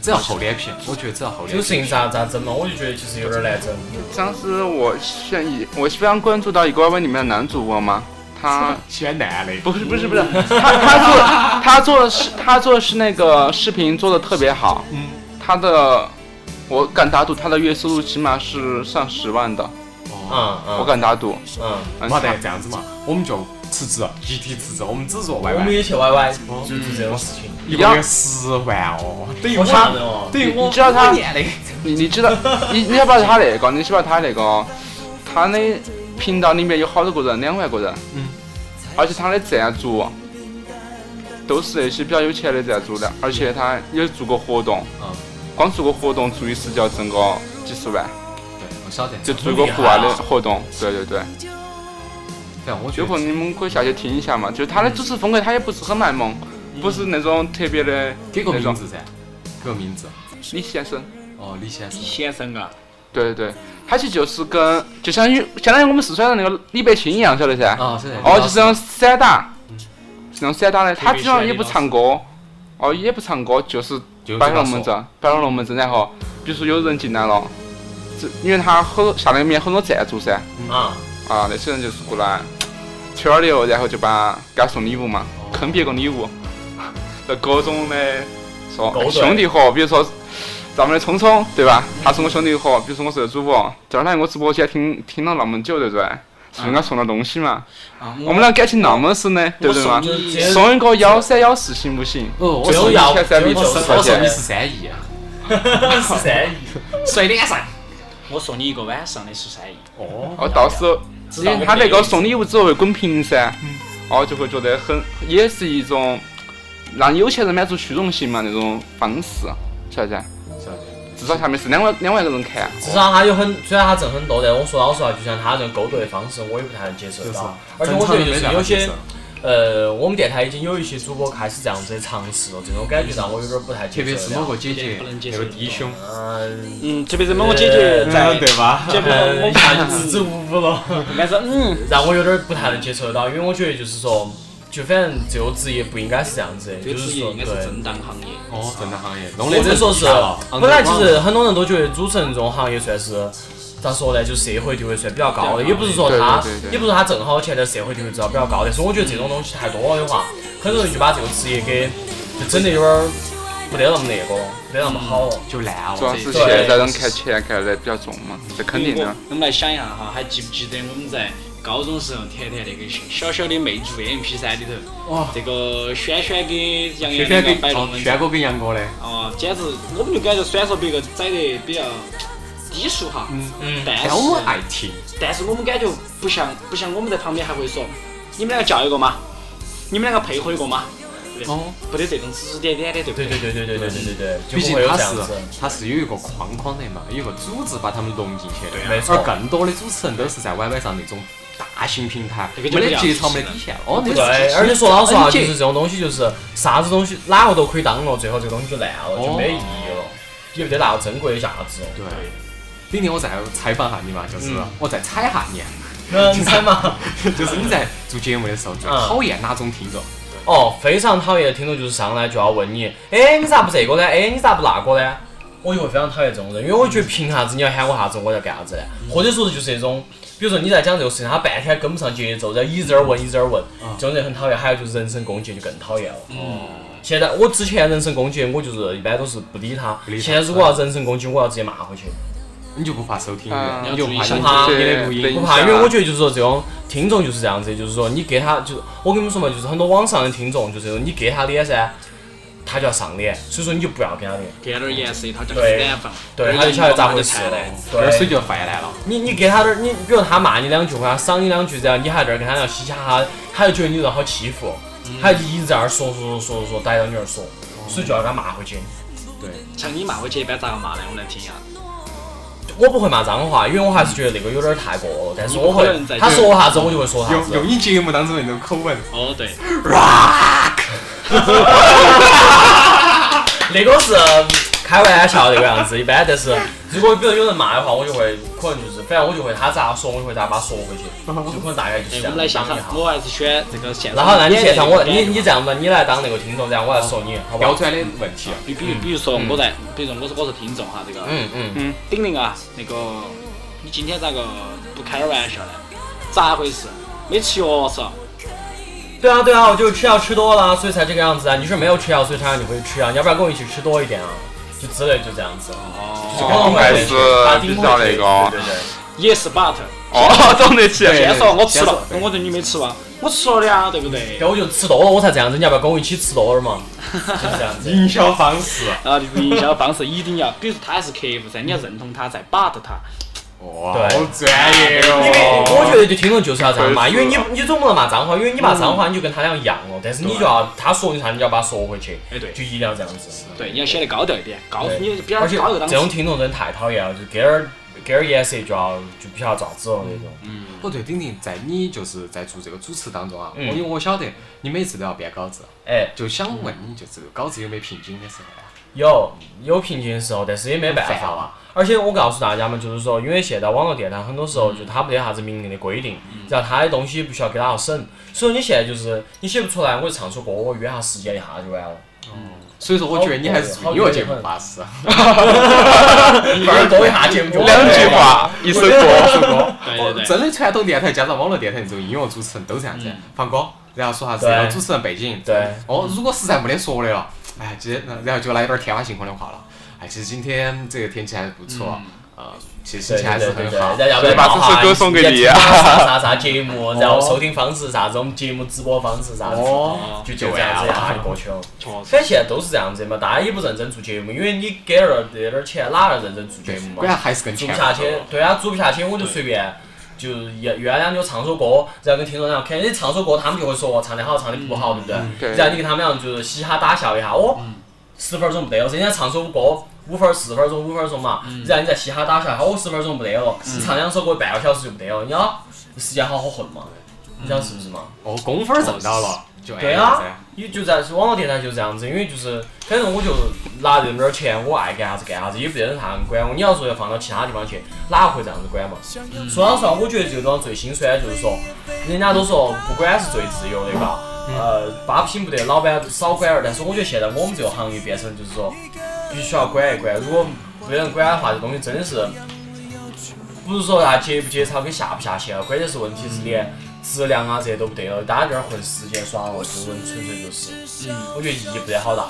[SPEAKER 2] 只要厚脸皮，我觉得只要厚
[SPEAKER 5] 这
[SPEAKER 2] 脸
[SPEAKER 5] 个
[SPEAKER 2] 皮，
[SPEAKER 5] 事情咋咋整嘛？我就觉得其实有点难整。
[SPEAKER 3] 当时我现以我非常关注到一个 YY 里面的男主播嘛，他
[SPEAKER 2] 喜欢男的，
[SPEAKER 3] 不是不是不是，他他做他做视他做是那个视频做的特别好，
[SPEAKER 2] 嗯，
[SPEAKER 3] 他的我敢打赌他的月收入起码是上十万的，
[SPEAKER 2] 哦，
[SPEAKER 5] 嗯
[SPEAKER 3] 我
[SPEAKER 5] 嗯
[SPEAKER 3] 敢打赌。
[SPEAKER 5] 嗯，
[SPEAKER 3] 嗯
[SPEAKER 2] 马得这样子嘛，我们就辞职，集体辞职，我们只做
[SPEAKER 5] 我们
[SPEAKER 2] YY，
[SPEAKER 5] 也去 YY 就做这种事情。
[SPEAKER 2] 一个月十万哦，等于
[SPEAKER 5] 好
[SPEAKER 2] 我
[SPEAKER 5] 吓人哦！
[SPEAKER 2] 等于我
[SPEAKER 3] 你知道他
[SPEAKER 2] 五年的，
[SPEAKER 3] 你你知道你你晓不晓得他那个？你晓不晓得他那个？他的频道里面有好多个人，两万个人，
[SPEAKER 2] 嗯，
[SPEAKER 3] 而且他的赞助都是那些比较有钱的赞助的，而且他也做过活动，
[SPEAKER 2] 嗯，
[SPEAKER 3] 光做个活动做一次就要挣个几十万，
[SPEAKER 2] 对，我晓得，
[SPEAKER 3] 就做一个户外的
[SPEAKER 2] 啊
[SPEAKER 3] 活动，对对对。
[SPEAKER 2] 对，我觉得
[SPEAKER 3] 有空你们可以下去听一下嘛，就是他的主持风格，他也不是很卖萌，
[SPEAKER 2] 嗯
[SPEAKER 3] 不是那种特别的
[SPEAKER 2] 给个
[SPEAKER 3] 那
[SPEAKER 2] 名
[SPEAKER 3] 种。
[SPEAKER 2] 字噻，给个名字，
[SPEAKER 3] 李先生，
[SPEAKER 2] 哦，李先生
[SPEAKER 4] 李，先生啊，
[SPEAKER 3] 对对对，他其实就是跟就啊相当于相当于我们四川的那个李伯清一样，晓得噻？
[SPEAKER 2] 啊，是的，
[SPEAKER 3] 哦，就是那种散打，那种散打的，他基本上也不唱歌，哦，也不唱歌，就是
[SPEAKER 2] 就
[SPEAKER 3] 摆
[SPEAKER 2] 这把
[SPEAKER 3] 上龙门
[SPEAKER 2] 手
[SPEAKER 3] 阵，摆上龙门阵，然后比如说有人进来了，这因为他很多下面面很多赞助噻，
[SPEAKER 5] 啊，
[SPEAKER 3] 啊，那些人就是过来吹耳流，然后就把给他送礼物嘛，
[SPEAKER 4] 哦
[SPEAKER 3] 坑别个礼物，这各种的说
[SPEAKER 5] 勾
[SPEAKER 3] 哎
[SPEAKER 5] 兑
[SPEAKER 3] 兄弟伙，比如说咱们的聪聪对吧？他是我兄弟伙，比如说我是个主播，这儿来我直播间听听了那么久，对不对？是不是应该送点东西嘛？
[SPEAKER 4] 啊，
[SPEAKER 3] 我们俩感情那么深呢，对不对嘛？
[SPEAKER 4] 送你
[SPEAKER 5] 直接
[SPEAKER 3] 送一个幺三幺四行不行？
[SPEAKER 2] 哦，我
[SPEAKER 5] 只有
[SPEAKER 2] 送
[SPEAKER 3] 一
[SPEAKER 5] 要
[SPEAKER 3] 千三百九
[SPEAKER 5] 只
[SPEAKER 3] 十
[SPEAKER 5] 有
[SPEAKER 3] 块
[SPEAKER 2] 我送你
[SPEAKER 3] 钱
[SPEAKER 2] 十三亿，啊
[SPEAKER 5] 十三亿，
[SPEAKER 2] 甩脸上。
[SPEAKER 4] 我送你一个晚上的十三亿，
[SPEAKER 2] 哦，
[SPEAKER 3] 哦，到时候因为他那个送礼物之后会滚屏噻，
[SPEAKER 2] 嗯
[SPEAKER 3] 哦，就会觉得很，也是一种让有钱人满足虚荣心嘛那种方式，晓得噻？
[SPEAKER 2] 晓得。
[SPEAKER 3] 至少下面是两万两万个人看，啊
[SPEAKER 5] 至少他有很，虽然他挣很多，但我说老实话，就像他这种勾兑的方式，我也不太能接受
[SPEAKER 2] 就是
[SPEAKER 5] 到。而且我觉得就
[SPEAKER 2] 正常
[SPEAKER 5] 是有
[SPEAKER 2] 人没办
[SPEAKER 5] 些
[SPEAKER 2] 法，
[SPEAKER 5] 呃，我们电台已经有一些主播开始这样子的尝试了，这种感觉让我有点不太
[SPEAKER 2] 特
[SPEAKER 5] 接
[SPEAKER 2] 别是某
[SPEAKER 5] 受了。
[SPEAKER 2] 个姐姐
[SPEAKER 4] 不能接
[SPEAKER 2] 那
[SPEAKER 4] 受
[SPEAKER 2] 个弟兄， 嗯
[SPEAKER 5] 嗯，
[SPEAKER 4] 嗯，特别是某个姐姐在，
[SPEAKER 2] 对吧？
[SPEAKER 4] 姐夫我
[SPEAKER 5] 呃，一
[SPEAKER 4] 怕
[SPEAKER 5] 下就支 支
[SPEAKER 4] 嗯，
[SPEAKER 5] 吾吾了。
[SPEAKER 4] 但是嗯，
[SPEAKER 5] 让我有点不太能接受得到，因为我觉得就是说，就反正这个职业不应该是这样子的，
[SPEAKER 4] 这
[SPEAKER 5] 就
[SPEAKER 4] 个
[SPEAKER 5] 是
[SPEAKER 4] 职业
[SPEAKER 5] 说
[SPEAKER 4] 应该是
[SPEAKER 5] 对。
[SPEAKER 4] 正当行业，
[SPEAKER 2] 哦，正当行业，弄
[SPEAKER 5] 或
[SPEAKER 2] 得
[SPEAKER 5] 者说是，本
[SPEAKER 2] 本来
[SPEAKER 5] 来其实很多人都觉得主持人这种行业算是咋说呢，就社会地位算比较高的，也不是说他
[SPEAKER 3] 对对对，对
[SPEAKER 5] 也不是他挣好钱的社会地位至少比较高的，但是我觉得这种东西太多了的话，很多人就把这个职业给就整得有点儿不得那么那个了，没那么好了。
[SPEAKER 2] 就烂了。
[SPEAKER 3] 主要是
[SPEAKER 2] 这
[SPEAKER 3] 现
[SPEAKER 2] 一
[SPEAKER 5] 对
[SPEAKER 3] 在人看钱看得比较重嘛，这肯定
[SPEAKER 4] 我
[SPEAKER 3] 的
[SPEAKER 4] 们。我们来想一下哈，还记不记得我们在高中时候谈谈那个小小的魅族 MP 3里头，
[SPEAKER 2] 哇
[SPEAKER 4] 这个轩轩跟杨
[SPEAKER 2] 轩轩
[SPEAKER 4] 洋两个摆
[SPEAKER 2] 跟
[SPEAKER 4] 龙
[SPEAKER 2] 哦
[SPEAKER 4] 门阵
[SPEAKER 2] 轩。哥跟杨哥嘞，
[SPEAKER 4] 哦，简直，我们就感觉虽然说别个宰得比较低俗哈，嗯
[SPEAKER 5] 嗯
[SPEAKER 4] 但是
[SPEAKER 2] 但我们爱听，
[SPEAKER 4] 但是我们感觉不像不像我们在旁边还会说，你们两个叫一个嘛，你们两个配合一个嘛，对不对
[SPEAKER 2] 哦，
[SPEAKER 4] 不得这种指指点点的，对不
[SPEAKER 5] 对
[SPEAKER 4] 对？
[SPEAKER 5] 对对对对对对对对，就
[SPEAKER 2] 毕
[SPEAKER 5] 不
[SPEAKER 2] 竟
[SPEAKER 5] 会有
[SPEAKER 2] 他
[SPEAKER 5] 这样
[SPEAKER 2] 是
[SPEAKER 5] 子。
[SPEAKER 2] 他是有一个框框的嘛，有一个组织把他们融进去的。
[SPEAKER 5] 没错
[SPEAKER 2] 而更多的主持人都是在 YY 上那种大型平台，
[SPEAKER 4] 这
[SPEAKER 2] 没
[SPEAKER 4] 个就不
[SPEAKER 2] 得
[SPEAKER 4] 叫
[SPEAKER 2] 节操，
[SPEAKER 4] 主持
[SPEAKER 2] 没
[SPEAKER 4] 人
[SPEAKER 2] 得底线。哦，对
[SPEAKER 5] 对，而且说老实话，就是这种东西，就是啥子东西哪个都可以当了，最后这个东西就烂了，就没意义了，也没得啥珍贵的价值了。
[SPEAKER 2] 对。今天我再采访下你嘛，就是
[SPEAKER 5] 嗯
[SPEAKER 2] 我再踩下你，
[SPEAKER 5] 能猜吗？
[SPEAKER 2] 就是你在做节目的时候最
[SPEAKER 5] 嗯
[SPEAKER 2] 讨厌哪种听众？
[SPEAKER 5] 哦，非常讨厌的听众就是上来就要问你，哎，你咋不这个呢？哎，你咋不那个呢？我就会非常讨厌这种人，因为我觉得凭啥子你要喊我啥子，我要干啥子呢？或者说是就是那种，比如说你在讲这个事情，他半天跟不上节奏，然后一直在那儿问，一直在那儿问，
[SPEAKER 2] 啊
[SPEAKER 5] 这种人很讨厌。还有就是人身攻击就更讨厌了。
[SPEAKER 2] 嗯
[SPEAKER 5] 嗯现在我之前人身攻击，我就是一般都是不理他。
[SPEAKER 2] 不理他
[SPEAKER 5] 现在如果要人身攻击，我要直接骂回去。
[SPEAKER 2] 你就不怕收听
[SPEAKER 3] 啊
[SPEAKER 2] 率，你就
[SPEAKER 4] 要注意
[SPEAKER 2] 怕你你的录
[SPEAKER 3] 对
[SPEAKER 2] 音
[SPEAKER 5] 不怕，因为我觉得就是说这种听众就是这样子，就是说你给他就是我跟你们说嘛，就是很多网上的听众就是说你给他脸噻，他就要上脸，所以说你就不要给他脸，
[SPEAKER 4] 给点儿颜色，他就
[SPEAKER 5] 对
[SPEAKER 4] 敢放，
[SPEAKER 5] 对，
[SPEAKER 4] 然
[SPEAKER 5] 他
[SPEAKER 4] 后
[SPEAKER 5] 就晓得咋回事
[SPEAKER 4] 他就
[SPEAKER 5] 了
[SPEAKER 4] 菜了。
[SPEAKER 2] 二水
[SPEAKER 5] 对，
[SPEAKER 2] 就泛滥了。
[SPEAKER 5] 你你给他点儿，你比如他骂你两句或者赏你两句，然后你还在那儿跟他聊嘻嘻哈哈，他就觉得你人好欺负，他就一直在那儿说说说说说，逮到你那儿说，所以就要给他骂回去。
[SPEAKER 2] 对，
[SPEAKER 4] 像你骂我去一般咋个骂呢？我来听一下。
[SPEAKER 5] 我不会骂脏话，因为我还是觉得那个有点儿太过了，但是我
[SPEAKER 4] 你不
[SPEAKER 5] 会
[SPEAKER 4] 可能在
[SPEAKER 5] 他说我啥子我就会说啥
[SPEAKER 2] 用
[SPEAKER 5] 子。
[SPEAKER 2] 用你节目当中那种口吻，
[SPEAKER 4] 哦，对，
[SPEAKER 5] 那个是开玩笑那个样子，一般。但是如果比如有人骂的话，我就会可能就是，反正我就会他咋说，我就会咋把他说回去，就可能大概就是
[SPEAKER 4] 哎，
[SPEAKER 5] 这
[SPEAKER 4] 我
[SPEAKER 5] 样
[SPEAKER 4] 们来
[SPEAKER 5] 子
[SPEAKER 4] 现
[SPEAKER 5] 当
[SPEAKER 4] 场
[SPEAKER 5] 一下，。
[SPEAKER 4] 我还是选这个现
[SPEAKER 5] 然
[SPEAKER 4] 场。
[SPEAKER 5] 后那你现场我
[SPEAKER 4] 感觉
[SPEAKER 5] 你你这样吧，你来当那个听众，然后我来说你，好不
[SPEAKER 2] 标
[SPEAKER 5] 好？
[SPEAKER 2] 准的问题。
[SPEAKER 4] 比比如比如说我在，比如说我是我是听众哈，这个
[SPEAKER 5] 嗯嗯，
[SPEAKER 4] 顶玲啊，那个你今天咋个不开点儿玩笑呢？咋回事？没吃药是吧？
[SPEAKER 5] 对啊对啊，我就是吃药吃多了，所以才这个样子啊。你是没有吃药，所以才让你回去吃药，你要不然跟我一起吃多一点啊，就之类就这样子。就 可能
[SPEAKER 3] 哦，
[SPEAKER 5] 会
[SPEAKER 3] 还是
[SPEAKER 5] 把
[SPEAKER 3] 比
[SPEAKER 5] 丁
[SPEAKER 3] 较
[SPEAKER 5] 回
[SPEAKER 3] 那
[SPEAKER 5] 去
[SPEAKER 2] 哦
[SPEAKER 3] 个
[SPEAKER 5] 对对对。
[SPEAKER 4] Yes but，
[SPEAKER 3] 哦， 懂得起。
[SPEAKER 4] 先说我吃
[SPEAKER 2] 先
[SPEAKER 4] 了
[SPEAKER 2] 说，对
[SPEAKER 4] 我说你没吃吧？我吃了的呀，对不对？
[SPEAKER 5] 然后我就吃多了，我才这样子。你要不要跟我一起吃多 点儿嘛？就是这样子。
[SPEAKER 2] 营销方式，
[SPEAKER 4] 然后就是营销方式一定要，比如说他还是客户噻，你要认同他，再 but 他。
[SPEAKER 2] 哇，
[SPEAKER 5] 对
[SPEAKER 2] 好专业
[SPEAKER 5] 因为
[SPEAKER 2] 哦。
[SPEAKER 5] 我觉得就听众就是要这样骂，
[SPEAKER 3] 对
[SPEAKER 5] 因为你你总不能骂脏话，因为你骂脏话你就跟他俩一样了，但是你就要他说你啥你就要把他说回去，
[SPEAKER 4] 哎，对
[SPEAKER 5] 就一定要这样子。
[SPEAKER 4] 对，你要显得高调一点，高
[SPEAKER 5] 对
[SPEAKER 4] 你比较
[SPEAKER 5] 而且
[SPEAKER 4] 高一个档
[SPEAKER 5] 这种
[SPEAKER 4] 次。
[SPEAKER 5] 听众真的太讨厌了，就给点儿给点儿颜色就要就不晓得咋子了那种。
[SPEAKER 2] 哦，对，丁丁，在你就是在做这个主持当中啊，我
[SPEAKER 5] 嗯
[SPEAKER 2] 因为我晓得你每次都要编稿子，
[SPEAKER 5] 哎，
[SPEAKER 2] 就想问你，就这个稿子有没有瓶颈的时候啊？
[SPEAKER 5] 有有瓶颈的时候，但是也没办法嘛。而且我告诉大家嘛，就是说，因为现在网络电台很多时候就它没得啥子明令的规定，然后它的东西不需要给大家审，所以你现在就是你写不出来，我就唱首歌，我约下时间一下就完了。
[SPEAKER 2] 所以说，我觉得你还是做音乐节目巴适。
[SPEAKER 5] 反正多一下节目就完
[SPEAKER 3] 两
[SPEAKER 5] 了
[SPEAKER 3] 句话，一首歌，
[SPEAKER 2] 歌，
[SPEAKER 4] 对
[SPEAKER 2] 哦
[SPEAKER 4] 对对
[SPEAKER 2] 真的传统电台加上网络电台这种音乐主持人都这样子，放歌，然后说啥子，
[SPEAKER 5] 对
[SPEAKER 2] 然后主持人背景，
[SPEAKER 5] 对
[SPEAKER 2] 哦，如果实在没得说的了，哎，今天然后就来一点天马行空的话了，哎，其实今天这个天气还是不错，呃，其实心
[SPEAKER 5] 对
[SPEAKER 2] 情还
[SPEAKER 5] 对
[SPEAKER 2] 是
[SPEAKER 5] 对
[SPEAKER 2] 很
[SPEAKER 5] 对，
[SPEAKER 2] 好，
[SPEAKER 5] 然后要不
[SPEAKER 3] 所以
[SPEAKER 5] 然
[SPEAKER 3] 把这首歌送给你
[SPEAKER 5] 啥啥啥 节目，然后收听方式啥子，我们节目直播方式啥子，
[SPEAKER 2] 哦，
[SPEAKER 5] 就就这样
[SPEAKER 2] 就完了
[SPEAKER 5] 子压下过去了。
[SPEAKER 4] 确实。
[SPEAKER 5] 反正现在都是这样子嘛，大家也不认真做节目，因为你给了那点儿钱，哪儿认真做节目
[SPEAKER 2] 不然
[SPEAKER 5] 嘛？
[SPEAKER 2] 还是跟
[SPEAKER 5] 做
[SPEAKER 2] 钱
[SPEAKER 5] 不下去，对啊，做不下去我就随便，就原原来就唱首歌，然后跟听众讲，看你唱首歌，他们就会说唱得好，唱得不好，对不对？
[SPEAKER 3] 对
[SPEAKER 5] 然后你跟他们讲就是嘻哈打笑一下，哦，十分钟没得了，人家唱首歌。五分儿四分钟，五分钟嘛，然后你再嘻哈打笑一下，哦，十分钟没得了，唱两首歌半个小时就没得了，你要时间好好混嘛，你讲是不是嘛？
[SPEAKER 2] 哦，工分儿挣到了，就
[SPEAKER 5] 对
[SPEAKER 2] 呀
[SPEAKER 5] 啊，，也就在网络电台就是这样子，因为就是反正我就拿这么点儿钱，我爱干啥子干啥子，也不得人啥人管我。你要说要放到其他地方去，哪会这样子管嘛？说老实话，我觉得这个地方最心酸的就是说，人家都说不管是最自由的嘎，呃，八品不得老板少管儿，但是我觉得现在我们这个行业变成就是说，必须要管一管，如果没人管的话，这东西真的是。不是说它节不节操跟下不下线了，关键是问题是连质量啊这些都不得了，大家在这儿混时间耍了，就是纯粹就是，我觉得意义不得好大，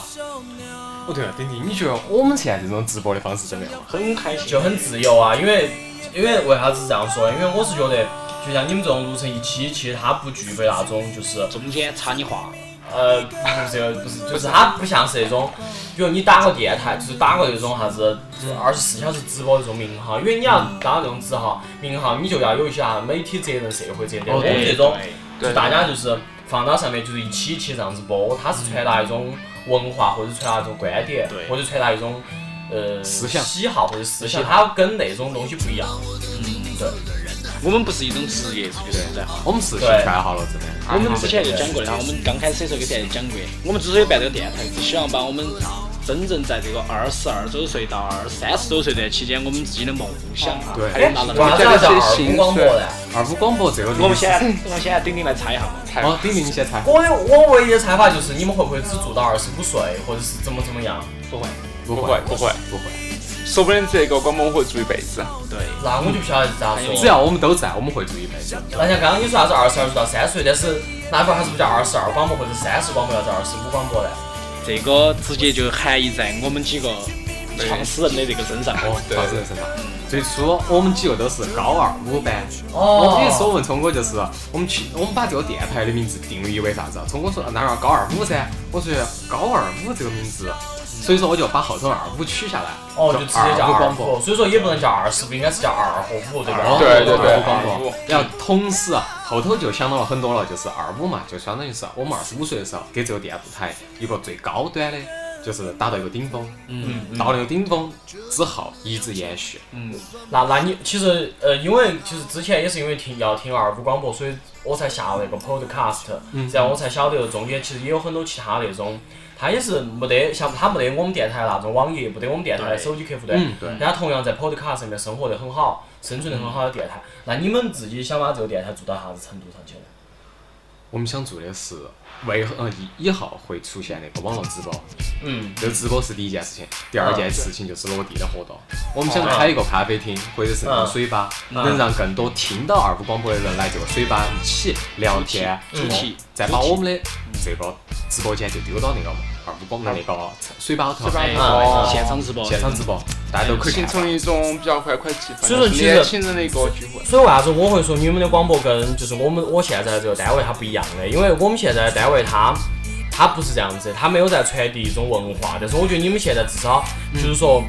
[SPEAKER 2] 哦对了，丁丁，你觉得我们现在这种直播的方式怎么样嘛？
[SPEAKER 4] 很开心，
[SPEAKER 5] 就很自由啊，因为因为为啥子这样说呢？因为我是觉得，就像你们这种录成一期，其实它不具备那种就是
[SPEAKER 4] 中间插你话，
[SPEAKER 5] 呃，不是不是，就是它不像是那种，比如你打个电台，就是打个那种啥子二十四小时直播那种名号，因为你要打那种直号名号，你就要有一些啥媒体责任、社会责任，我们这种。就
[SPEAKER 3] 对，
[SPEAKER 5] 大家就是放到上面就是一起去这样子播，它是传达一种文化或者传达一种观点，
[SPEAKER 2] 对
[SPEAKER 5] 或者传达一种呃
[SPEAKER 2] 思想
[SPEAKER 5] 喜好或者思想，
[SPEAKER 2] 思
[SPEAKER 5] 它跟那种东西不一样。
[SPEAKER 4] 我们不是一种职业，说句实在话。
[SPEAKER 2] 我们是兴
[SPEAKER 5] 对
[SPEAKER 2] 趣爱好了，真的。
[SPEAKER 4] 我们之前就讲过的哈，我们刚开始的时候给大家讲过，我们之所以办这个电台，是希望把我们真正在这个二十二周岁到二三十周岁这期间，我们自己的梦想啊，
[SPEAKER 2] 对
[SPEAKER 4] 还有拿到
[SPEAKER 5] 为
[SPEAKER 4] 的。
[SPEAKER 5] 啥子要叫二五广播呢？
[SPEAKER 2] 二五广播这个
[SPEAKER 4] 我
[SPEAKER 2] 东
[SPEAKER 4] 们
[SPEAKER 2] 西
[SPEAKER 4] 先，我们先来丁丁来猜一下嘛。
[SPEAKER 3] 太
[SPEAKER 2] 哦，丁丁你先猜，
[SPEAKER 5] 我有我唯一的猜法就是你们会不会只做到二十五岁，或者是怎么怎么样？
[SPEAKER 4] 不会，
[SPEAKER 2] 不
[SPEAKER 3] 会不会
[SPEAKER 2] 不会。
[SPEAKER 3] 说不定这个广播我会做一辈子。
[SPEAKER 4] 对，
[SPEAKER 5] 那我就不晓得咋
[SPEAKER 2] 只
[SPEAKER 5] 说。
[SPEAKER 2] 要我哎们都在，我们会做一辈子。
[SPEAKER 5] 那像刚刚你说啥子二十二岁到三十岁，但是那会儿还是不叫二十二广播或者三十广播，要叫二十五广播呢？
[SPEAKER 4] 这个直接就含义在我们几个创始人的这个身上。
[SPEAKER 2] 哦，
[SPEAKER 3] 对
[SPEAKER 2] 发生了什么？最初我们几个都是高二五班。
[SPEAKER 5] 哦
[SPEAKER 2] 我也说问聪哥，就是我们去，我们把这个电台的名字定义为啥子啊？聪哥说哪儿高二五噻，我说高二五这个名字，所以说我就把后头二五取下来，
[SPEAKER 5] 哦，就直接叫
[SPEAKER 2] 二五
[SPEAKER 5] 二
[SPEAKER 2] 广播
[SPEAKER 5] 五，。所以说也不能叫二十五，应该是叫二和五，对吧？
[SPEAKER 3] 对对对
[SPEAKER 2] 二五广播
[SPEAKER 3] 二五。
[SPEAKER 2] 然后同时啊，后头就想到了很多了，就是二五嘛，就相当于是我们二十五岁的时候给这个电台一个最高端的，就是达到一个顶峰。嗯，到那个顶峰之后一直延续。
[SPEAKER 5] 那那你其实呃，因为其实之前也是因为听要听二五广播，所以我才下了那个 podcast，、然后我才晓得中间其实也有很多其他那种，它也是没得像它没得我们电台那种网页，没得我们电台的手机客户端，
[SPEAKER 2] 嗯对
[SPEAKER 5] 人家同样在 podcast 里面生活得很好，生存得很好的电台。那你们自己想把这个电台做到啥子程度上去呢？
[SPEAKER 2] 我们想做的是为何呃以以后会出现那个网络直播，
[SPEAKER 5] 嗯，
[SPEAKER 2] 这个直播是第一件事情，第二件事情就是落地的活动。我们想开一个咖啡厅或者是那种水吧，
[SPEAKER 5] 嗯
[SPEAKER 2] 能让更多听到二五广播的人来这个水吧一起聊天，
[SPEAKER 5] 嗯
[SPEAKER 2] 嗯再把我们的这个直播间就丢到那个二五广播那
[SPEAKER 5] 嗯
[SPEAKER 2] 个水吧头，
[SPEAKER 4] 哎
[SPEAKER 5] 哦
[SPEAKER 4] 现场直播，
[SPEAKER 2] 现场直播，大家都可以
[SPEAKER 3] 形
[SPEAKER 2] 看到。
[SPEAKER 3] 成一种比较欢快气氛，
[SPEAKER 5] 所以说
[SPEAKER 3] 是
[SPEAKER 5] 其实
[SPEAKER 3] 年轻人的一个聚会。
[SPEAKER 5] 所以为啥子我会说你们的广播跟就是我们我现在这个单位它不一样的？因为我们现在的单位它
[SPEAKER 2] 嗯
[SPEAKER 5] 它不是这样子，它没有在传递一种文化。但是我觉得你们现在至少就是说，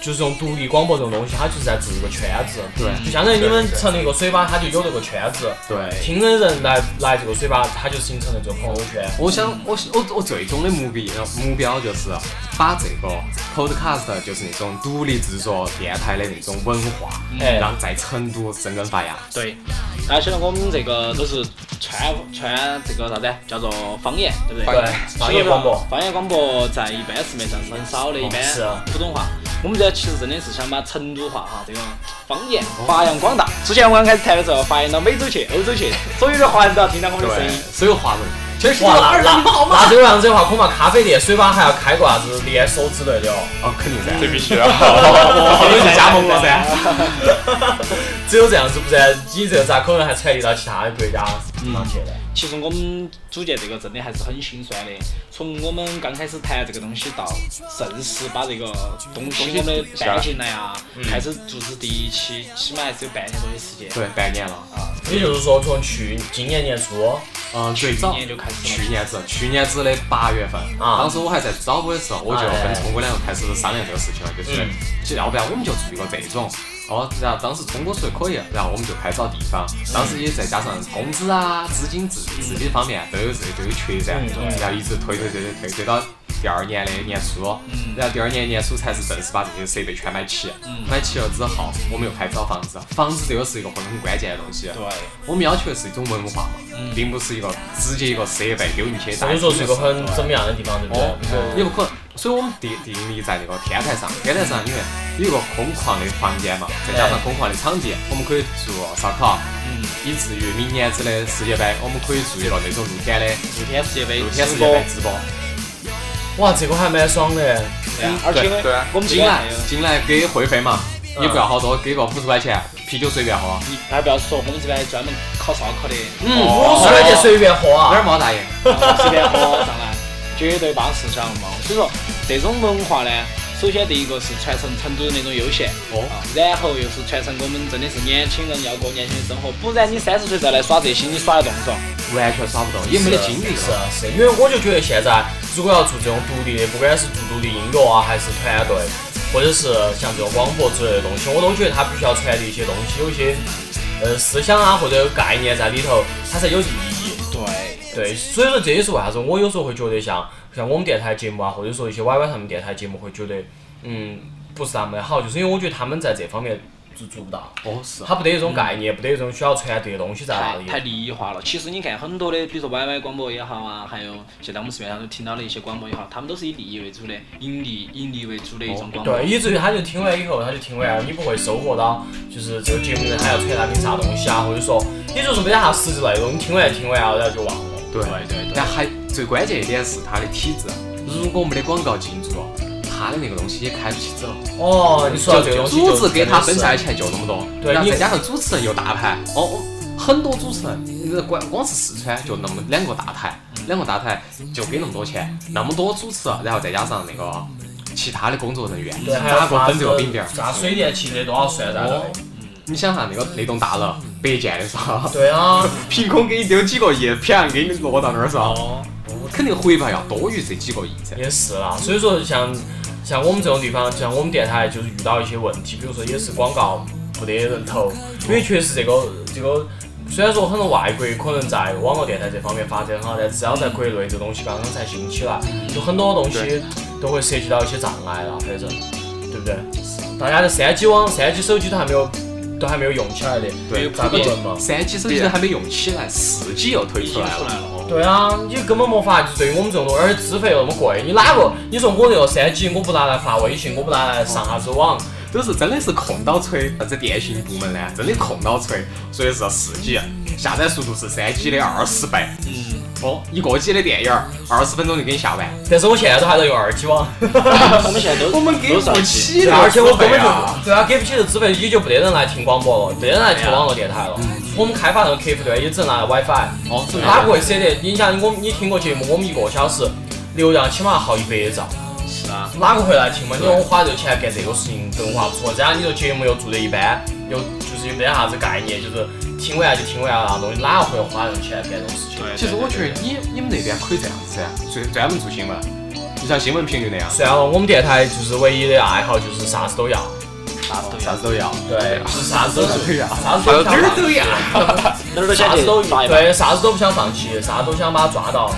[SPEAKER 5] 就是这种独立广播这种东西，它就是在做一个圈子，
[SPEAKER 2] 对
[SPEAKER 5] 就相当于你们成立一个水吧，它就有了个圈子，
[SPEAKER 2] 对。
[SPEAKER 5] 听的人来来这个水吧，它就形成了这个朋友圈。
[SPEAKER 2] 我想，我我我最终的目标目标就是把这个 podcast，就是那种独立制作电台的那种文化，
[SPEAKER 5] 哎
[SPEAKER 2] 让在成都生根发芽。
[SPEAKER 4] 对，而且呢，我们这个都是川川这个啥子叫做方言，对不对？
[SPEAKER 5] 对，商业广播，
[SPEAKER 4] 方言广播在一般市面上是很少的，一般
[SPEAKER 5] 是啊
[SPEAKER 4] 普通话。我们这其实真的是想把成都话哈这个方言发扬光大。之前我刚开始谈的时候，发扬到美洲去、欧洲去，所有的华人都要听到我们的声
[SPEAKER 2] 对
[SPEAKER 4] 音。，
[SPEAKER 2] 所有华文，全世界
[SPEAKER 5] 哇，
[SPEAKER 2] 华
[SPEAKER 5] 那
[SPEAKER 2] 人
[SPEAKER 5] 那那这个样子的话，恐怕咖啡店、水吧还要开个啥子连锁之类的哦。
[SPEAKER 2] 哦，肯定噻，
[SPEAKER 3] 这必须的。
[SPEAKER 5] 我
[SPEAKER 2] 们是加盟了噻。
[SPEAKER 5] 只有这样子，不然你这个咋可能还传递到其他的国家上去呢？
[SPEAKER 4] 其实我们组建这个真的还是很心酸的。从我们刚开始谈这个东西到正式把这个东西我们办进来啊，开始做是第一期，起码还是有半年多的时间。
[SPEAKER 2] 对，半年了，
[SPEAKER 5] 也就是说，从去今年年初，
[SPEAKER 2] 嗯，最
[SPEAKER 4] 一
[SPEAKER 2] 早
[SPEAKER 4] 年就开始
[SPEAKER 2] 去
[SPEAKER 4] 了。
[SPEAKER 2] 年子，去年子的八月份，
[SPEAKER 5] 啊
[SPEAKER 2] 当时我还在早播的时候，我就
[SPEAKER 5] 哎
[SPEAKER 2] 跟聪哥两个开始商量这个事情了，就是
[SPEAKER 5] 嗯，
[SPEAKER 2] 就要不然我们就做一个这种。哦，然后当时聪哥说可以，然后我们就开找地方，当时也再加上工资啊、资金自自己方面都有这都有缺噻
[SPEAKER 5] 嗯对，
[SPEAKER 2] 然后一直推推推推推推到第二年的年初，然后第二年年初才是正式把这些设备全买齐，买齐了之后，我们又开始找房子，房子这个是一个很很关键的东西，
[SPEAKER 4] 对，
[SPEAKER 2] 我们要求的是一种文化嘛，并不是一个直接一个设备丢进去。
[SPEAKER 5] 嗯所以说是一个很怎么样的地方，对不对
[SPEAKER 2] 哦？，也不可能。所以我们定定义在那个天台上，天台上因为有一个空旷的房间嘛，再加上空旷的场地，我们可以做烧烤，
[SPEAKER 4] 嗯，
[SPEAKER 2] 以至于明年子的世界杯，我们可以做一个那种露天的
[SPEAKER 4] 露天世界杯
[SPEAKER 2] 露天
[SPEAKER 4] 直
[SPEAKER 2] 世
[SPEAKER 4] 播
[SPEAKER 2] 界，杯直播。
[SPEAKER 5] 哇，这个还蛮爽的。
[SPEAKER 4] 对啊而且
[SPEAKER 3] 对对啊
[SPEAKER 4] 我们
[SPEAKER 2] 进
[SPEAKER 4] 进
[SPEAKER 2] 来
[SPEAKER 4] 来，
[SPEAKER 2] 进来给会费嘛，
[SPEAKER 5] 嗯
[SPEAKER 2] 也不要好多，给个五十块钱，啤酒随便喝。
[SPEAKER 5] 啊
[SPEAKER 4] 你还不要说，我们这边还专门烤烧烤的，
[SPEAKER 2] 嗯，
[SPEAKER 5] 五十块钱随便喝
[SPEAKER 2] 哪儿
[SPEAKER 5] 啊！
[SPEAKER 2] 冒大爷？
[SPEAKER 4] 然后随便喝上来，绝对巴适，晓得嘛？所以说这种文化呢，首先第一个是传承成都的那种悠闲，
[SPEAKER 2] 哦
[SPEAKER 4] 啊，然后又是传承我们真的是年轻人要过年轻的生活，不然你三十岁再来耍这些，你耍得动嗦？
[SPEAKER 2] 完全耍不动，也没得精力
[SPEAKER 5] 是啊
[SPEAKER 2] 了。
[SPEAKER 5] 是，因为我就觉得现在如果要做这种独立的，不管是做独立音乐啊，还是团队，或者是像这种广播之类的东西，我都觉得它必须要传递一些东西，有一些呃思想啊或者概念在里头，它才有意义。
[SPEAKER 4] 对。
[SPEAKER 5] 对，所以说这也是为啥子我有时候会觉得像像我们电台节目啊，或者说一些 YY 他们电台节目，会觉得嗯不是那么的好，就是因为我觉得他们在这方面做做不到，
[SPEAKER 2] 哦，是。
[SPEAKER 5] 他不得有一种概念，不得有一种需要传递的东西在那
[SPEAKER 4] 太
[SPEAKER 5] 里。
[SPEAKER 4] 太利益化了。其实你看很多的，比如说 YY 广播也好啊，还有现在我们市面上都听到的一些广播也好，他们都是以利益为主的，盈利盈利为主的一种广播。
[SPEAKER 5] 对，以至于他就听完以后，他就听完了，你不会收获到就是这个节目他要传达给你啥东西啊，或者说也就是没得啥实质内容，你听完听完了，然后就忘了。
[SPEAKER 2] 对对对。但还最关键一点是它的体制，如果没得广告进驻，它的那个东西也开不起走。
[SPEAKER 5] 哦，你说到这个东西
[SPEAKER 2] 组
[SPEAKER 5] 就
[SPEAKER 2] 织给他分
[SPEAKER 5] 真的是
[SPEAKER 2] 下来钱就那么多，
[SPEAKER 5] 对
[SPEAKER 2] 然后
[SPEAKER 5] 你
[SPEAKER 2] 再加上主持人又大牌，哦，哦很多主持人，你这光光是四川就那么两个大台，两个大台就给那么多钱，那么多主持，然后再加上那个其他的工作人员，
[SPEAKER 5] 对，还有
[SPEAKER 2] 咋个分这个饼饼儿？
[SPEAKER 5] 啥水电气的都要算在内。
[SPEAKER 2] 哦，你想哈那个那栋大楼北建的时候，
[SPEAKER 5] 对啊，
[SPEAKER 2] 凭空给你丢几个亿，啪给你落到那儿是吧？
[SPEAKER 5] 哦。
[SPEAKER 2] 肯定回报要多于这几个亿噻。
[SPEAKER 5] 也是啦，所以说像像我们这种地方，像我们电台就是遇到一些问题，比如说也是广告不得人投，因为确实这个这个。虽然说很多外国可能在网络电台这方面发展很好，但至少在国内这东西刚刚才兴起来，就很多东西都会涉及到一些障碍啊了，反正，对不对？大家的三 G 网、三 G 手机都还没有，都还没有用起来的，
[SPEAKER 2] 对
[SPEAKER 5] 咋个用嘛？
[SPEAKER 2] 三 G 手机都还没用起来，四 G 又推
[SPEAKER 4] 已
[SPEAKER 2] 出
[SPEAKER 4] 经
[SPEAKER 2] 来
[SPEAKER 4] 出
[SPEAKER 2] 了。
[SPEAKER 4] 来了哦。
[SPEAKER 5] 对啊，你根本没法，就对于我们这种东西，而且资费又那么贵，你哪个？你说我这个三 G 我不拿来发微信，我不拿来上啥子网，
[SPEAKER 2] 都是真的是空到吹，啥子电信部门呢，真的空到吹，所以是四 G，下啊载速度是三 G 的二十倍。
[SPEAKER 4] 嗯，
[SPEAKER 2] 哦，一个 G 的电影儿，二十分钟就给你下完，
[SPEAKER 5] 但是我现在都还在用二 G 网，
[SPEAKER 4] 我们现在都
[SPEAKER 2] 我们给
[SPEAKER 4] 都上
[SPEAKER 2] 不
[SPEAKER 4] 去。
[SPEAKER 2] 起
[SPEAKER 5] 而且我根本就嗯
[SPEAKER 2] 啊。
[SPEAKER 5] 对啊，给不起这资费，也就没得人来听广播了，没得人来听网络电台了。我们开发那个客户端也只能拿来 WiFi，
[SPEAKER 2] 哦，是
[SPEAKER 5] 哪
[SPEAKER 2] 哪
[SPEAKER 5] 个
[SPEAKER 2] 个？
[SPEAKER 5] 会舍得？你想，我们你听个节目，我们一个小时流量起码耗一百兆，
[SPEAKER 4] 是啊，
[SPEAKER 5] 哪个会来听嘛？你说我花这个钱干这个事情，更划不出。这样你说节目又做得一般，又就是也没得啥子概念，就是听完就听完了那东西，哪个会花这个钱干这种事情？
[SPEAKER 4] 对。
[SPEAKER 2] 啊其实我觉得你你们那边可以这样子噻，专专门做新闻，像新闻频率那样，
[SPEAKER 5] 然后我们电台就是唯一的爱好就是啥子都要，
[SPEAKER 4] 啥子都
[SPEAKER 2] 啥
[SPEAKER 4] 要，
[SPEAKER 2] 子都要。
[SPEAKER 5] 对，就是啥子都
[SPEAKER 2] 对呀，
[SPEAKER 5] 啥子都
[SPEAKER 3] 啥子
[SPEAKER 5] 都要，
[SPEAKER 4] 哪儿都
[SPEAKER 5] 啥
[SPEAKER 4] 想
[SPEAKER 5] 子
[SPEAKER 4] 去
[SPEAKER 5] 都
[SPEAKER 4] 抓一把。
[SPEAKER 5] 对，啥子都不想放弃，啥都想把它抓到。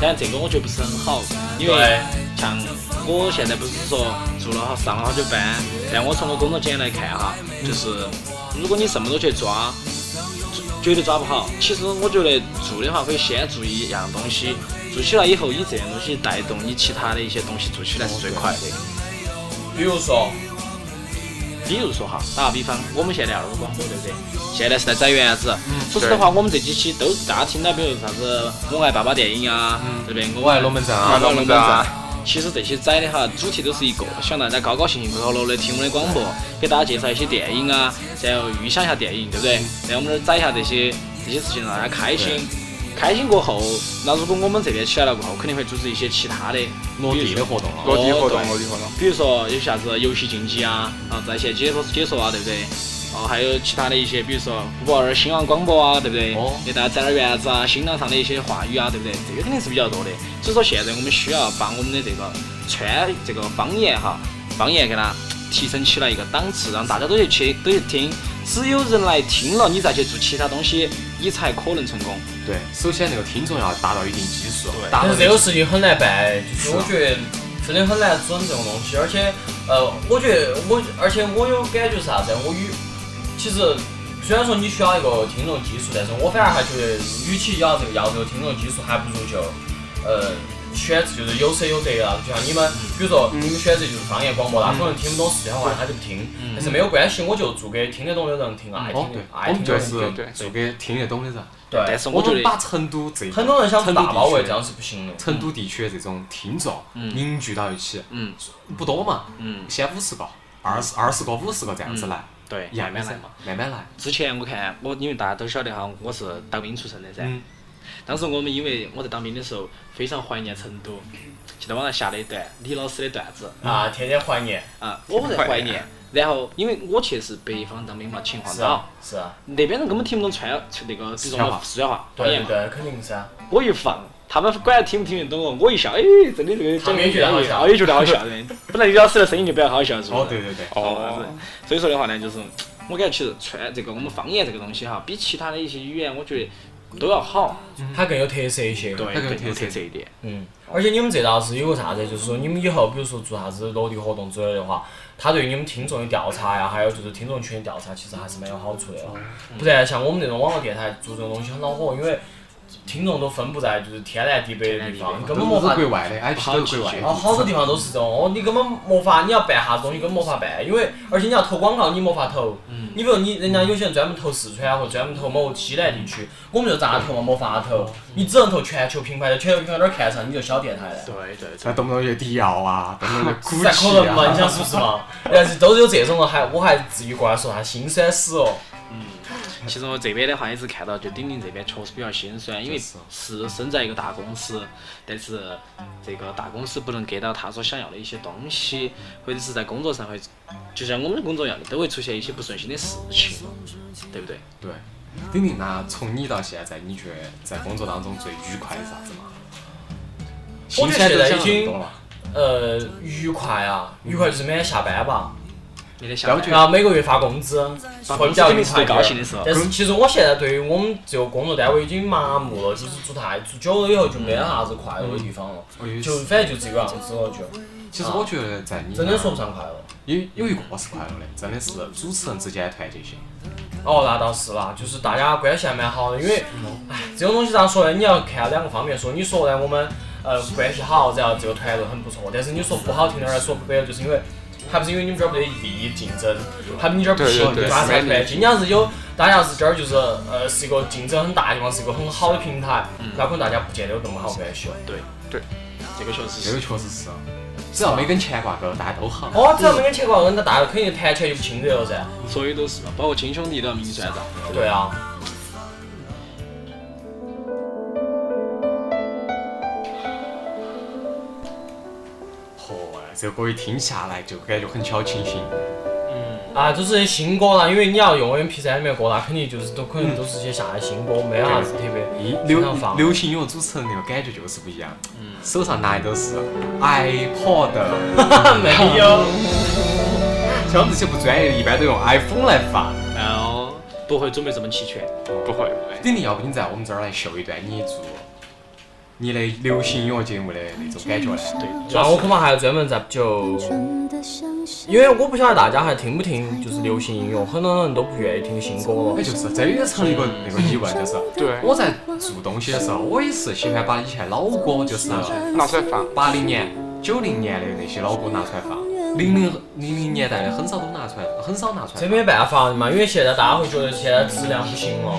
[SPEAKER 4] 但这个我觉得不是很好，因为
[SPEAKER 5] 对，
[SPEAKER 4] 像我现在不是说做了好上了好久班，但我从我工作经验来看哈，就是如果你什么都去抓，绝对抓不好。其实我觉得做的话，可以先做一样东西，做起来以后以这样东西带动你其他的一些东西做起来是最快的。
[SPEAKER 5] 比如说，
[SPEAKER 4] 比如说哈，打个比方，我们现在二五广播对不对？现在是在摘园子。说实话，我们这几期都大家听到，比如啥子《我爱爸爸》电影啊，对不对？
[SPEAKER 2] 我爱龙门阵啊
[SPEAKER 5] 嗯
[SPEAKER 3] 看，到我们的
[SPEAKER 4] 其实这些载的哈，主题都是一个，希望大家高高兴兴、快快乐乐地听我们的广播，给大家介绍一些电影啊，然后预想一下电影，对不对？然后我们这儿载一下这些这些事情，让大家开心。开心过后，那如果我们这边起来了过后，肯定会组织一些其他的
[SPEAKER 2] 落地的活动啊
[SPEAKER 3] 落
[SPEAKER 2] 了。
[SPEAKER 3] 地活动
[SPEAKER 4] 哦，对
[SPEAKER 3] 落地活动。
[SPEAKER 4] 比如说有啥子游戏竞技啊，然后在线解说解说啊，对不对？哦，还有其他的一些，比如说五宝二新浪广播啊，对不对？
[SPEAKER 2] 哦
[SPEAKER 4] 给大家摘点园子啊，新浪上的一些话语啊，对不对？这个肯定是比较多的。所以说现在我们需要把我们的这个川这个方言哈，方言给它提升起来一个档次，让大家都去去都去听。只有人来听了，你再去做其他东西，你才可能成功。
[SPEAKER 2] 对，首先那个听众要达到一定基数，
[SPEAKER 4] 对
[SPEAKER 2] 达
[SPEAKER 5] 但
[SPEAKER 2] 到
[SPEAKER 5] 是这个事情很难办，
[SPEAKER 2] 啊
[SPEAKER 5] 就是我觉得真的很难整这种东西，而且呃，我觉得我，而且我有感觉是啥子？我与其实虽然说你需要一个听众基础，但是我反而还觉得，与其要这个要这个听众基础，还不如就呃。选择就是有舍有得啊，就像你们，
[SPEAKER 2] 嗯
[SPEAKER 5] 比如说你们选择就是方言广播，他可能听不懂四川话，他就不听，但是没有关系，我就做给听得懂的人听，爱
[SPEAKER 2] 嗯哦
[SPEAKER 5] 听，的
[SPEAKER 2] 对，我
[SPEAKER 5] 爱听
[SPEAKER 2] 们
[SPEAKER 5] 的
[SPEAKER 2] 就
[SPEAKER 5] 人
[SPEAKER 2] 是
[SPEAKER 5] 听。
[SPEAKER 3] 对
[SPEAKER 2] 做给听得懂的人。
[SPEAKER 5] 对，
[SPEAKER 4] 但是
[SPEAKER 2] 我
[SPEAKER 4] 我觉
[SPEAKER 2] 们把
[SPEAKER 4] 得，
[SPEAKER 2] 成都这
[SPEAKER 5] 很多人想
[SPEAKER 2] 成
[SPEAKER 5] 做
[SPEAKER 2] 都
[SPEAKER 5] 大包围，
[SPEAKER 2] 地
[SPEAKER 5] 这
[SPEAKER 2] 区
[SPEAKER 5] 样是不行的。
[SPEAKER 2] 成都地区的这种听众凝聚到一起，
[SPEAKER 4] 嗯
[SPEAKER 2] 不多嘛，
[SPEAKER 4] 嗯，
[SPEAKER 2] 先五十个，二
[SPEAKER 5] 嗯
[SPEAKER 2] 十二十个五十个这样子来，
[SPEAKER 4] 对，
[SPEAKER 2] 慢
[SPEAKER 4] 慢
[SPEAKER 2] 慢
[SPEAKER 4] 来
[SPEAKER 2] 噻
[SPEAKER 4] 嘛。，
[SPEAKER 2] 慢慢来，
[SPEAKER 4] 之前我看我，因为大家都晓得哈，我是当兵出身的噻。
[SPEAKER 2] 嗯
[SPEAKER 4] 当时我们因为我在当兵的时候非常怀念成都，记得网上下了一段李老师的段子
[SPEAKER 5] 啊，天天怀念，
[SPEAKER 4] 啊，我在怀
[SPEAKER 3] 怀
[SPEAKER 4] 念
[SPEAKER 3] 念。
[SPEAKER 4] 然后因为我去的是北方当兵嘛，秦皇
[SPEAKER 5] 是
[SPEAKER 4] 岛
[SPEAKER 5] 啊，是啊，
[SPEAKER 4] 那边人根本听不懂川那个这种
[SPEAKER 2] 川话
[SPEAKER 4] 四川话方
[SPEAKER 5] 对
[SPEAKER 4] 言
[SPEAKER 5] 对
[SPEAKER 4] 嘛。
[SPEAKER 5] 对，肯定是啊。
[SPEAKER 4] 我一放，他们管他听不听得懂哦，我一笑，哎，真的这个
[SPEAKER 5] 他们也觉得好笑
[SPEAKER 4] 哦也觉得好笑的。本来李老师的声音就比较好笑，是不是？
[SPEAKER 2] 哦对对对，
[SPEAKER 4] 哦，所以说的话呢，就是我感觉其实川这个我们方言这个东西哈，比其他的一些语言，我觉得都要好，
[SPEAKER 5] 它更有特色一些。，
[SPEAKER 4] 对
[SPEAKER 2] 它更有
[SPEAKER 4] 更有
[SPEAKER 2] 特色
[SPEAKER 4] 特色一点。
[SPEAKER 5] 嗯，而且你们这倒是有个啥子，就是说你们以后比如说做啥子落地活动之类的话，它对你们听众的调查呀，还有就是听众群的调查，其实还是蛮有好处的。不然像我们这种网络电台做这种东西很恼火，因为听众都分布在就是天南地北的地方，你根本没
[SPEAKER 2] 都
[SPEAKER 5] 法
[SPEAKER 2] 是国外的，IP 都是国外
[SPEAKER 5] 啊，
[SPEAKER 2] 的，
[SPEAKER 5] 好多地方都是这种，哦，你根本没法，你要办啥子东西根本没法办，因为而且你要投广告，你没法投。你比如你人家有些人专门投四川啊或专门投某西南地区，我们就咋投嘛，没法投，你只能投全球品牌的，全球品牌哪儿看上你就小电台了。
[SPEAKER 4] 对对
[SPEAKER 2] 那动不动就迪奥 啊，动不动就古
[SPEAKER 5] 咋可能嘛？你
[SPEAKER 2] 啊，
[SPEAKER 5] 想是不是嘛？但是都是有这种了，还我还至于过来说他心酸死哦。
[SPEAKER 4] 其实我这边的话也是看到，就鼎鼎这边确实比较心酸，因为是身在一个大公司，但是这个大公司不能给到他所想要的一些东西，或者是在工作上会，就像我们的工作一样的，都会出现一些不顺心的事情，对不对？
[SPEAKER 2] 对。丁丁那从你到现在，你觉得在工作当中最愉快的是啥子嘛？
[SPEAKER 5] 我
[SPEAKER 2] 新
[SPEAKER 5] 觉得
[SPEAKER 2] 鲜
[SPEAKER 5] 现
[SPEAKER 2] 的
[SPEAKER 5] 在
[SPEAKER 2] 想
[SPEAKER 5] 已
[SPEAKER 2] 得
[SPEAKER 5] 经
[SPEAKER 2] 多了，
[SPEAKER 5] 呃愉快啊，愉快就是每天下班吧。
[SPEAKER 4] 你的想法
[SPEAKER 2] 了解
[SPEAKER 5] 然后每个月发工资，会比较愉快一点
[SPEAKER 4] 高兴的时候
[SPEAKER 5] 但是其实我现在对于我们这个工作单位已经麻木了，就是做太做久了以后就没得啥子快乐的地方了，
[SPEAKER 2] 哦我
[SPEAKER 4] 嗯
[SPEAKER 2] 有
[SPEAKER 5] 就反正就这个样子了，就
[SPEAKER 2] 其实我觉得在你
[SPEAKER 5] 真的
[SPEAKER 2] 那
[SPEAKER 5] 说不上快乐。
[SPEAKER 2] 有有一个我是快乐的，真的是主持人之间的团结性。
[SPEAKER 5] 哦，那倒是啦，就是大家关系还蛮好的，因为，哎，这种东西咋说呢？你要看两个方面说，你说呢，我们呃关系好，然后这个团队很不错，但是你说不好听点儿，说不白了，就是因为还不是因为你们这儿没得利益竞争，还不是你这儿不行，
[SPEAKER 3] 对对对
[SPEAKER 5] 啥
[SPEAKER 3] 是
[SPEAKER 5] 才
[SPEAKER 3] 的
[SPEAKER 5] 对。今年是有，大家是这儿就是呃是一个竞争很大的地方，是一个很好的平台，
[SPEAKER 3] 嗯
[SPEAKER 5] 那可能大家不见得有那么好关系了。哦
[SPEAKER 4] 嗯这个确实
[SPEAKER 2] 这
[SPEAKER 4] 是
[SPEAKER 2] 个确实是，啊只要没跟钱挂钩，大家都好。
[SPEAKER 5] 啊哦，只要没跟钱挂钩，那大家肯定谈起来就不亲热了噻。
[SPEAKER 4] 所有都是，包括亲兄弟都要明算账。
[SPEAKER 5] 对啊，
[SPEAKER 2] 哦嚯，这个歌一听下来就感觉很小清新。
[SPEAKER 4] 嗯，
[SPEAKER 5] 啊，就是新歌啦，因为你要用 M P 3里面的歌，那肯定就是都可能都是些下的新歌，没啥子特别
[SPEAKER 2] 咦，
[SPEAKER 5] 经嗯常
[SPEAKER 2] 流
[SPEAKER 5] 放。嗯
[SPEAKER 2] 流行音乐主持人那个感觉就是不一样，手上拿的都是 iPod，
[SPEAKER 4] 哎
[SPEAKER 5] 没有，
[SPEAKER 2] 像我们这些不专业的，一般都用 iPhone 来发。
[SPEAKER 4] 然后不会准备这么齐全。
[SPEAKER 3] 不会不会，
[SPEAKER 2] 丁力，要不你在我们这儿来秀一段你做你的流行音乐节目的那种感觉来？
[SPEAKER 4] 对，主
[SPEAKER 5] 那
[SPEAKER 4] 要
[SPEAKER 5] 我
[SPEAKER 4] 是
[SPEAKER 5] 恐怕还要专门在就，因为我不晓得大家还听不听，就是流行音乐，很多人都不愿意听新歌了
[SPEAKER 2] 那。就是这也成了一个那个疑问，就是
[SPEAKER 3] 对
[SPEAKER 2] 我在做东西的时候，我也是喜欢把以前老歌，就是
[SPEAKER 3] 拿出来放。
[SPEAKER 2] 八零年、九零年的那些老歌拿出来放，零零零零年代的很少都拿出来，很少拿出来。
[SPEAKER 5] 这没办法嘛，因为现在大家会觉得现在质量不行了，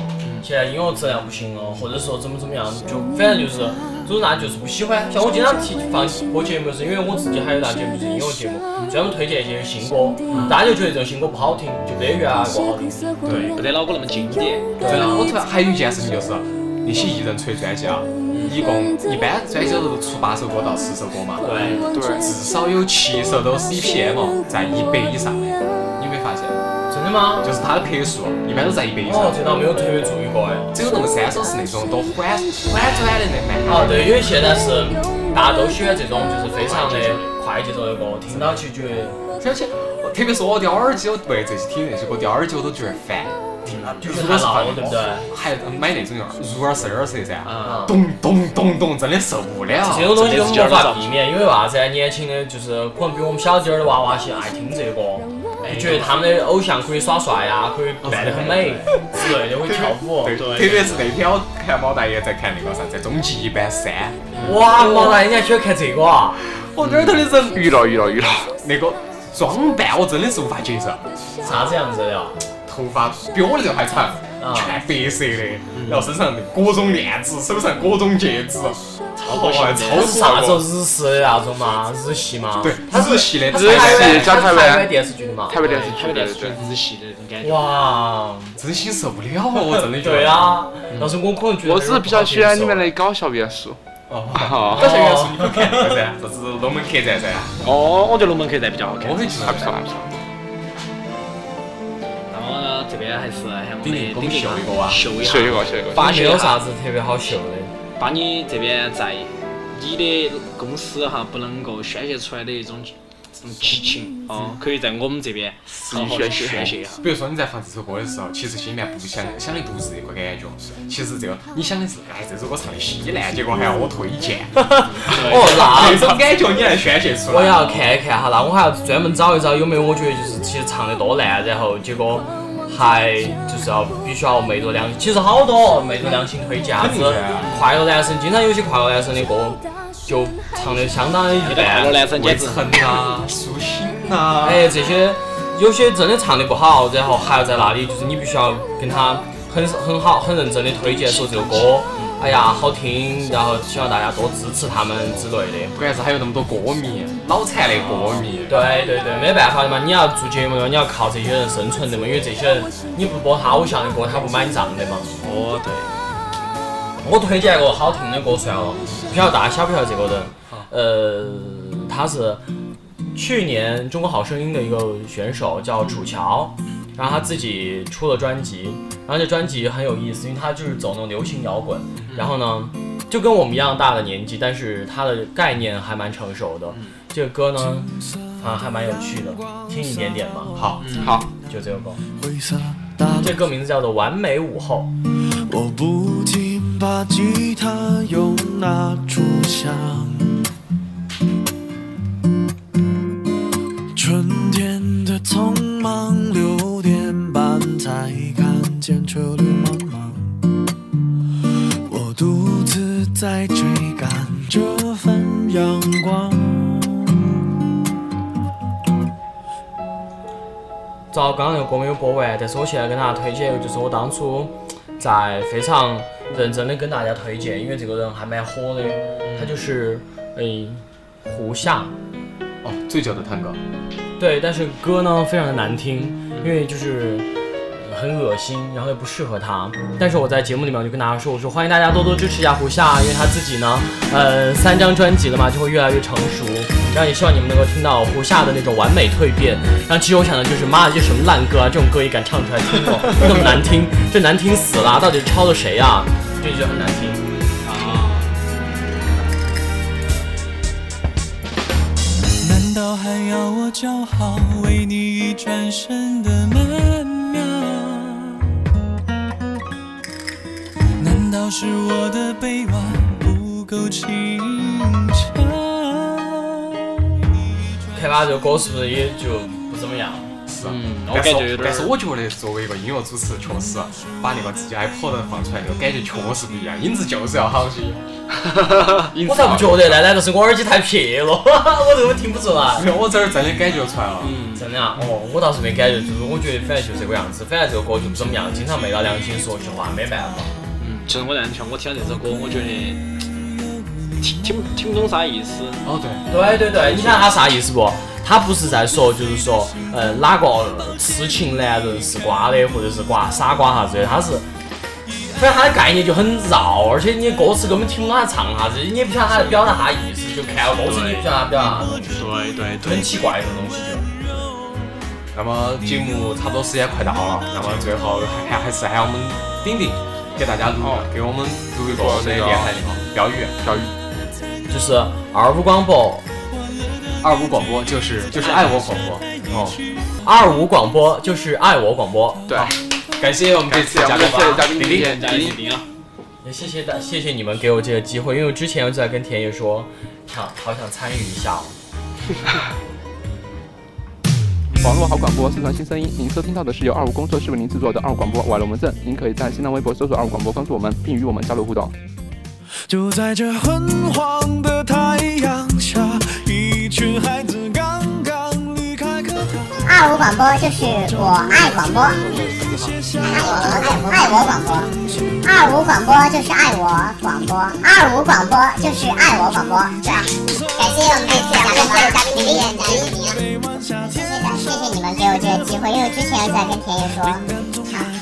[SPEAKER 5] 现在音乐质量不行了，或者说怎么怎么样，就反正就是，总之大家就是不喜欢。像我经常提放播节目，是因为我自己还有一档节目就是音乐节目，专门推荐一些新歌，大家就觉得这种新歌不好听，就没得原来的歌好听。
[SPEAKER 2] 对，
[SPEAKER 4] 不得老歌那么经典。
[SPEAKER 2] 真的，我突然还有一件事情就是，那些艺人出的专辑啊，一共一般专辑都出八首歌到十首歌嘛，
[SPEAKER 5] 对，
[SPEAKER 3] 对，
[SPEAKER 2] 至少有七首都是 EPM 在一百以上的，你有没有发现？
[SPEAKER 5] 真的吗？
[SPEAKER 2] 就是它的拍数一般都在一百以上
[SPEAKER 5] 哦，，这倒没有特别注意过哎。
[SPEAKER 2] 只有那么三首是那种多缓缓转的那蛮好。
[SPEAKER 5] 哦，对，因为现在是大家都喜欢这种就是非常的快节奏的歌，听到起觉得
[SPEAKER 2] 而且我特别是我掉耳机，我为这些听那些歌掉耳机我都觉得烦。
[SPEAKER 5] 听了就
[SPEAKER 2] 如
[SPEAKER 5] 是
[SPEAKER 2] 果
[SPEAKER 5] 很
[SPEAKER 2] 是
[SPEAKER 5] 老
[SPEAKER 2] 放
[SPEAKER 5] 了，对不对？
[SPEAKER 2] 还有买那种入耳式耳塞噻，
[SPEAKER 5] 啊。
[SPEAKER 2] 咚咚咚咚，真的受不了。
[SPEAKER 5] 这种东西就没法避免，因为啥子啊？年轻的就是可能比我们小点儿的娃娃些爱听这个，就觉得他们的偶像可以耍帅呀，可以扮得很美之类的，会跳舞。
[SPEAKER 2] 对，特别是那天我看毛大爷在看那个啥子《终极一班三》，
[SPEAKER 5] 哇，毛大爷，你还喜欢看这个啊？
[SPEAKER 2] 我耳朵的人
[SPEAKER 3] 娱乐娱乐娱乐，
[SPEAKER 2] 那个装扮我真的是无法接受，
[SPEAKER 5] 啥子样子的呀？
[SPEAKER 2] 头发比我的人还长，
[SPEAKER 5] 啊
[SPEAKER 2] 全白色的，然后身上各种链子，手上各种戒指，超过分，超
[SPEAKER 5] 它是啥
[SPEAKER 2] 过
[SPEAKER 5] 子
[SPEAKER 2] 分。
[SPEAKER 5] 日式的那种吗？日系吗？
[SPEAKER 2] 对，
[SPEAKER 5] 它
[SPEAKER 2] 日
[SPEAKER 5] 是
[SPEAKER 2] 系的，
[SPEAKER 5] 它
[SPEAKER 2] 真
[SPEAKER 5] 是
[SPEAKER 2] 的
[SPEAKER 5] 台
[SPEAKER 3] 日
[SPEAKER 5] 湾
[SPEAKER 3] 系加
[SPEAKER 5] 它
[SPEAKER 3] 台
[SPEAKER 5] 是
[SPEAKER 3] 湾
[SPEAKER 5] 台湾电视剧的嘛？
[SPEAKER 3] 台北电视
[SPEAKER 4] 台
[SPEAKER 3] 剧
[SPEAKER 4] 北电视
[SPEAKER 3] 对
[SPEAKER 4] 剧
[SPEAKER 3] 对，
[SPEAKER 4] 日系的那种感觉。
[SPEAKER 5] 哇，
[SPEAKER 2] 真心受不了， 我真的觉得。
[SPEAKER 5] 对啊，但是我可能觉得
[SPEAKER 3] 我只是比较喜欢里面的搞笑元素。
[SPEAKER 2] 哦，搞笑元素你不看那个噻，啥子龙门客栈噻，
[SPEAKER 4] 哦，我觉得龙门客栈比较好看
[SPEAKER 2] 我。很喜
[SPEAKER 3] 还
[SPEAKER 2] 欢
[SPEAKER 3] 不。错还不错，
[SPEAKER 4] 然后呢，这边还是哎喊我们的
[SPEAKER 2] 丁力给我
[SPEAKER 4] 丁
[SPEAKER 2] 们
[SPEAKER 4] 力
[SPEAKER 2] 秀一个啊
[SPEAKER 4] 秀一下
[SPEAKER 3] 学，一个学一个。
[SPEAKER 5] 发现有啥子特别好秀的？
[SPEAKER 4] 把你这边在你的公司哈不能够宣泄出来的一种这种激情哦，可以在我们这边好好地宣泄一下。
[SPEAKER 2] 比如说你在放这首歌的时候，其实心里面不想想的不是这个感觉，其实这个你想的是，哎，这首歌唱的稀烂，结果还要我推荐，
[SPEAKER 5] 哦，那
[SPEAKER 2] 这种感觉你来宣泄出来。
[SPEAKER 5] 我也要看一看哈，那我还要专门找一找有没有我觉得就是其实唱的多啊烂，然后结果还就是要必须要昧着良心，其实好多昧着良心推荐啥
[SPEAKER 2] 肯
[SPEAKER 5] 子
[SPEAKER 2] 定的呀
[SPEAKER 5] 快乐男生，经常有些快乐男生的歌就唱的相当的一
[SPEAKER 4] 那个快乐
[SPEAKER 5] 般，
[SPEAKER 4] 男生
[SPEAKER 2] 魏
[SPEAKER 4] 简直，
[SPEAKER 2] 晨呐，啊舒心啊呐，
[SPEAKER 5] 哎，这些有些真的唱的不好，然后还要在那里就是你必须要跟他很很好很认真的推荐说这个歌，哎呀好听，然后希望大家多支持他们之类的。
[SPEAKER 2] 关键是还有那么多歌迷，脑残的歌迷，
[SPEAKER 5] 对对对，没办法的嘛，你要做节目的话，你要靠这些人生存的嘛，因为这些人你不播他偶像的歌，他不买你账的嘛。
[SPEAKER 4] 哦对，
[SPEAKER 5] 我推荐一个好听的歌算了，不晓得大家晓不晓得这个人？呃，他是去年中国好声音的一个选手，叫楚乔，然后他自己出了专辑，然后这专辑很有意思，因为他就是走那种流行摇滚，
[SPEAKER 4] 嗯
[SPEAKER 5] 然后呢，就跟我们一样大的年纪，但是他的概念还蛮成熟的。
[SPEAKER 4] 嗯
[SPEAKER 5] 这个歌呢，啊，还蛮有趣的，听一点点吧。
[SPEAKER 2] 好，
[SPEAKER 3] 好，
[SPEAKER 5] 就这个歌，
[SPEAKER 7] 挥洒大
[SPEAKER 5] 这歌名字叫做《完美午后
[SPEAKER 7] 我不禁把吉他又拿出响。春天的匆忙，六点半才看见车流茫茫。我独自在追赶这份阳光。》。
[SPEAKER 5] 照刚刚那个歌没有播完，但是我现在跟大家推荐一个，就是我当初在非常认真的跟大家推荐，因为这个人还蛮火的，他就是诶胡夏，
[SPEAKER 2] 哦，最久的探戈，
[SPEAKER 5] 嗯对，但是歌呢非常的难听，因为就是呃很恶心，然后又不适合他。但是我在节目里面我就跟大家说，我说欢迎大家多多支持一下胡夏，因为他自己呢，呃，三张专辑了嘛，就会越来越成熟。然后也希望你们能够听到胡夏的那种完美蜕变。然后其实我想的就是，妈的，这什么烂歌啊，这种歌也敢唱出来听 过，那么难听，这难听死了，到底是抄的谁呀、啊？这就很难听。
[SPEAKER 7] 难道还要我叫好为你转身的曼妙？难道是我的臂弯不够轻巧？
[SPEAKER 5] 开 发这个歌是不是也就不怎么样？
[SPEAKER 2] 是，
[SPEAKER 4] 嗯
[SPEAKER 2] 但是
[SPEAKER 4] 我感觉有点儿
[SPEAKER 2] 但是我觉得作为一个音乐主持，确实啊把那个自己 iPod 放出来那个感觉确实不一样，音质就是要好些。
[SPEAKER 3] 音
[SPEAKER 5] 我咋不觉得呢？难道是我耳机太撇了？ 我这个听不出来。
[SPEAKER 2] 我这儿真的感觉出来了。
[SPEAKER 4] 嗯
[SPEAKER 5] 真的啊，哦，我倒是没感觉，就是我觉得反正就这个样子，反正这个歌就不怎么样，经常没到良心说句话，没办法。
[SPEAKER 4] 嗯，其实我完全我听了这首歌，我觉得听听不听不懂啥意思。
[SPEAKER 2] 哦，对，
[SPEAKER 5] 对对对，你看他啥意思不？他不是在说，就是说，呃，哪个痴情男人是瓜的，或者是瓜傻瓜啥子的，他是，反正他的概念就很绕，而且你歌词根本听不懂他唱啥子，你也不晓得他在表达啥意思，就看了歌词你也不晓得他啊表达啥东西，
[SPEAKER 4] 对对
[SPEAKER 5] 很奇怪这种东西就。
[SPEAKER 2] 那么节目差不多时间快到了，那么最后还还是喊我们顶顶给大家录，
[SPEAKER 4] 哦
[SPEAKER 2] 给我们录一个我们的电台那个标语，
[SPEAKER 3] 钓鱼，
[SPEAKER 5] 就是二五广播，
[SPEAKER 2] 二五广播就是就是爱我广播。
[SPEAKER 5] 哦，二五广播就是爱我广播。
[SPEAKER 3] 对，
[SPEAKER 2] 感谢我们这次的嘉宾
[SPEAKER 3] 感谢我们这次的嘉
[SPEAKER 2] 啊，
[SPEAKER 3] 宾
[SPEAKER 2] 李
[SPEAKER 3] 李
[SPEAKER 2] 丽
[SPEAKER 3] 丽。
[SPEAKER 4] 加一零啊，
[SPEAKER 5] 也谢谢大，谢谢你们给我这个机会，因为我之前我就在跟田野说，想好想参与一下哦。
[SPEAKER 3] 网络好广播，盛传新声音。您收听到的是由二五工作室为您制作的二五广播，我是龙门阵。您可以在新浪微博搜索二五广播，关注我们，并与我们交流互动。
[SPEAKER 7] 就在这昏黄的太阳下，一群孩子刚刚离开课堂。
[SPEAKER 8] 二五广播就是我爱广播，爱我广播，爱我广播，二五广播就是爱我广播，二五广播就是爱我广播，对吧？感谢我们这次的嘉宾李艳、贾一鸣，谢谢你们给我这个机会，因为之前我在跟田野说，想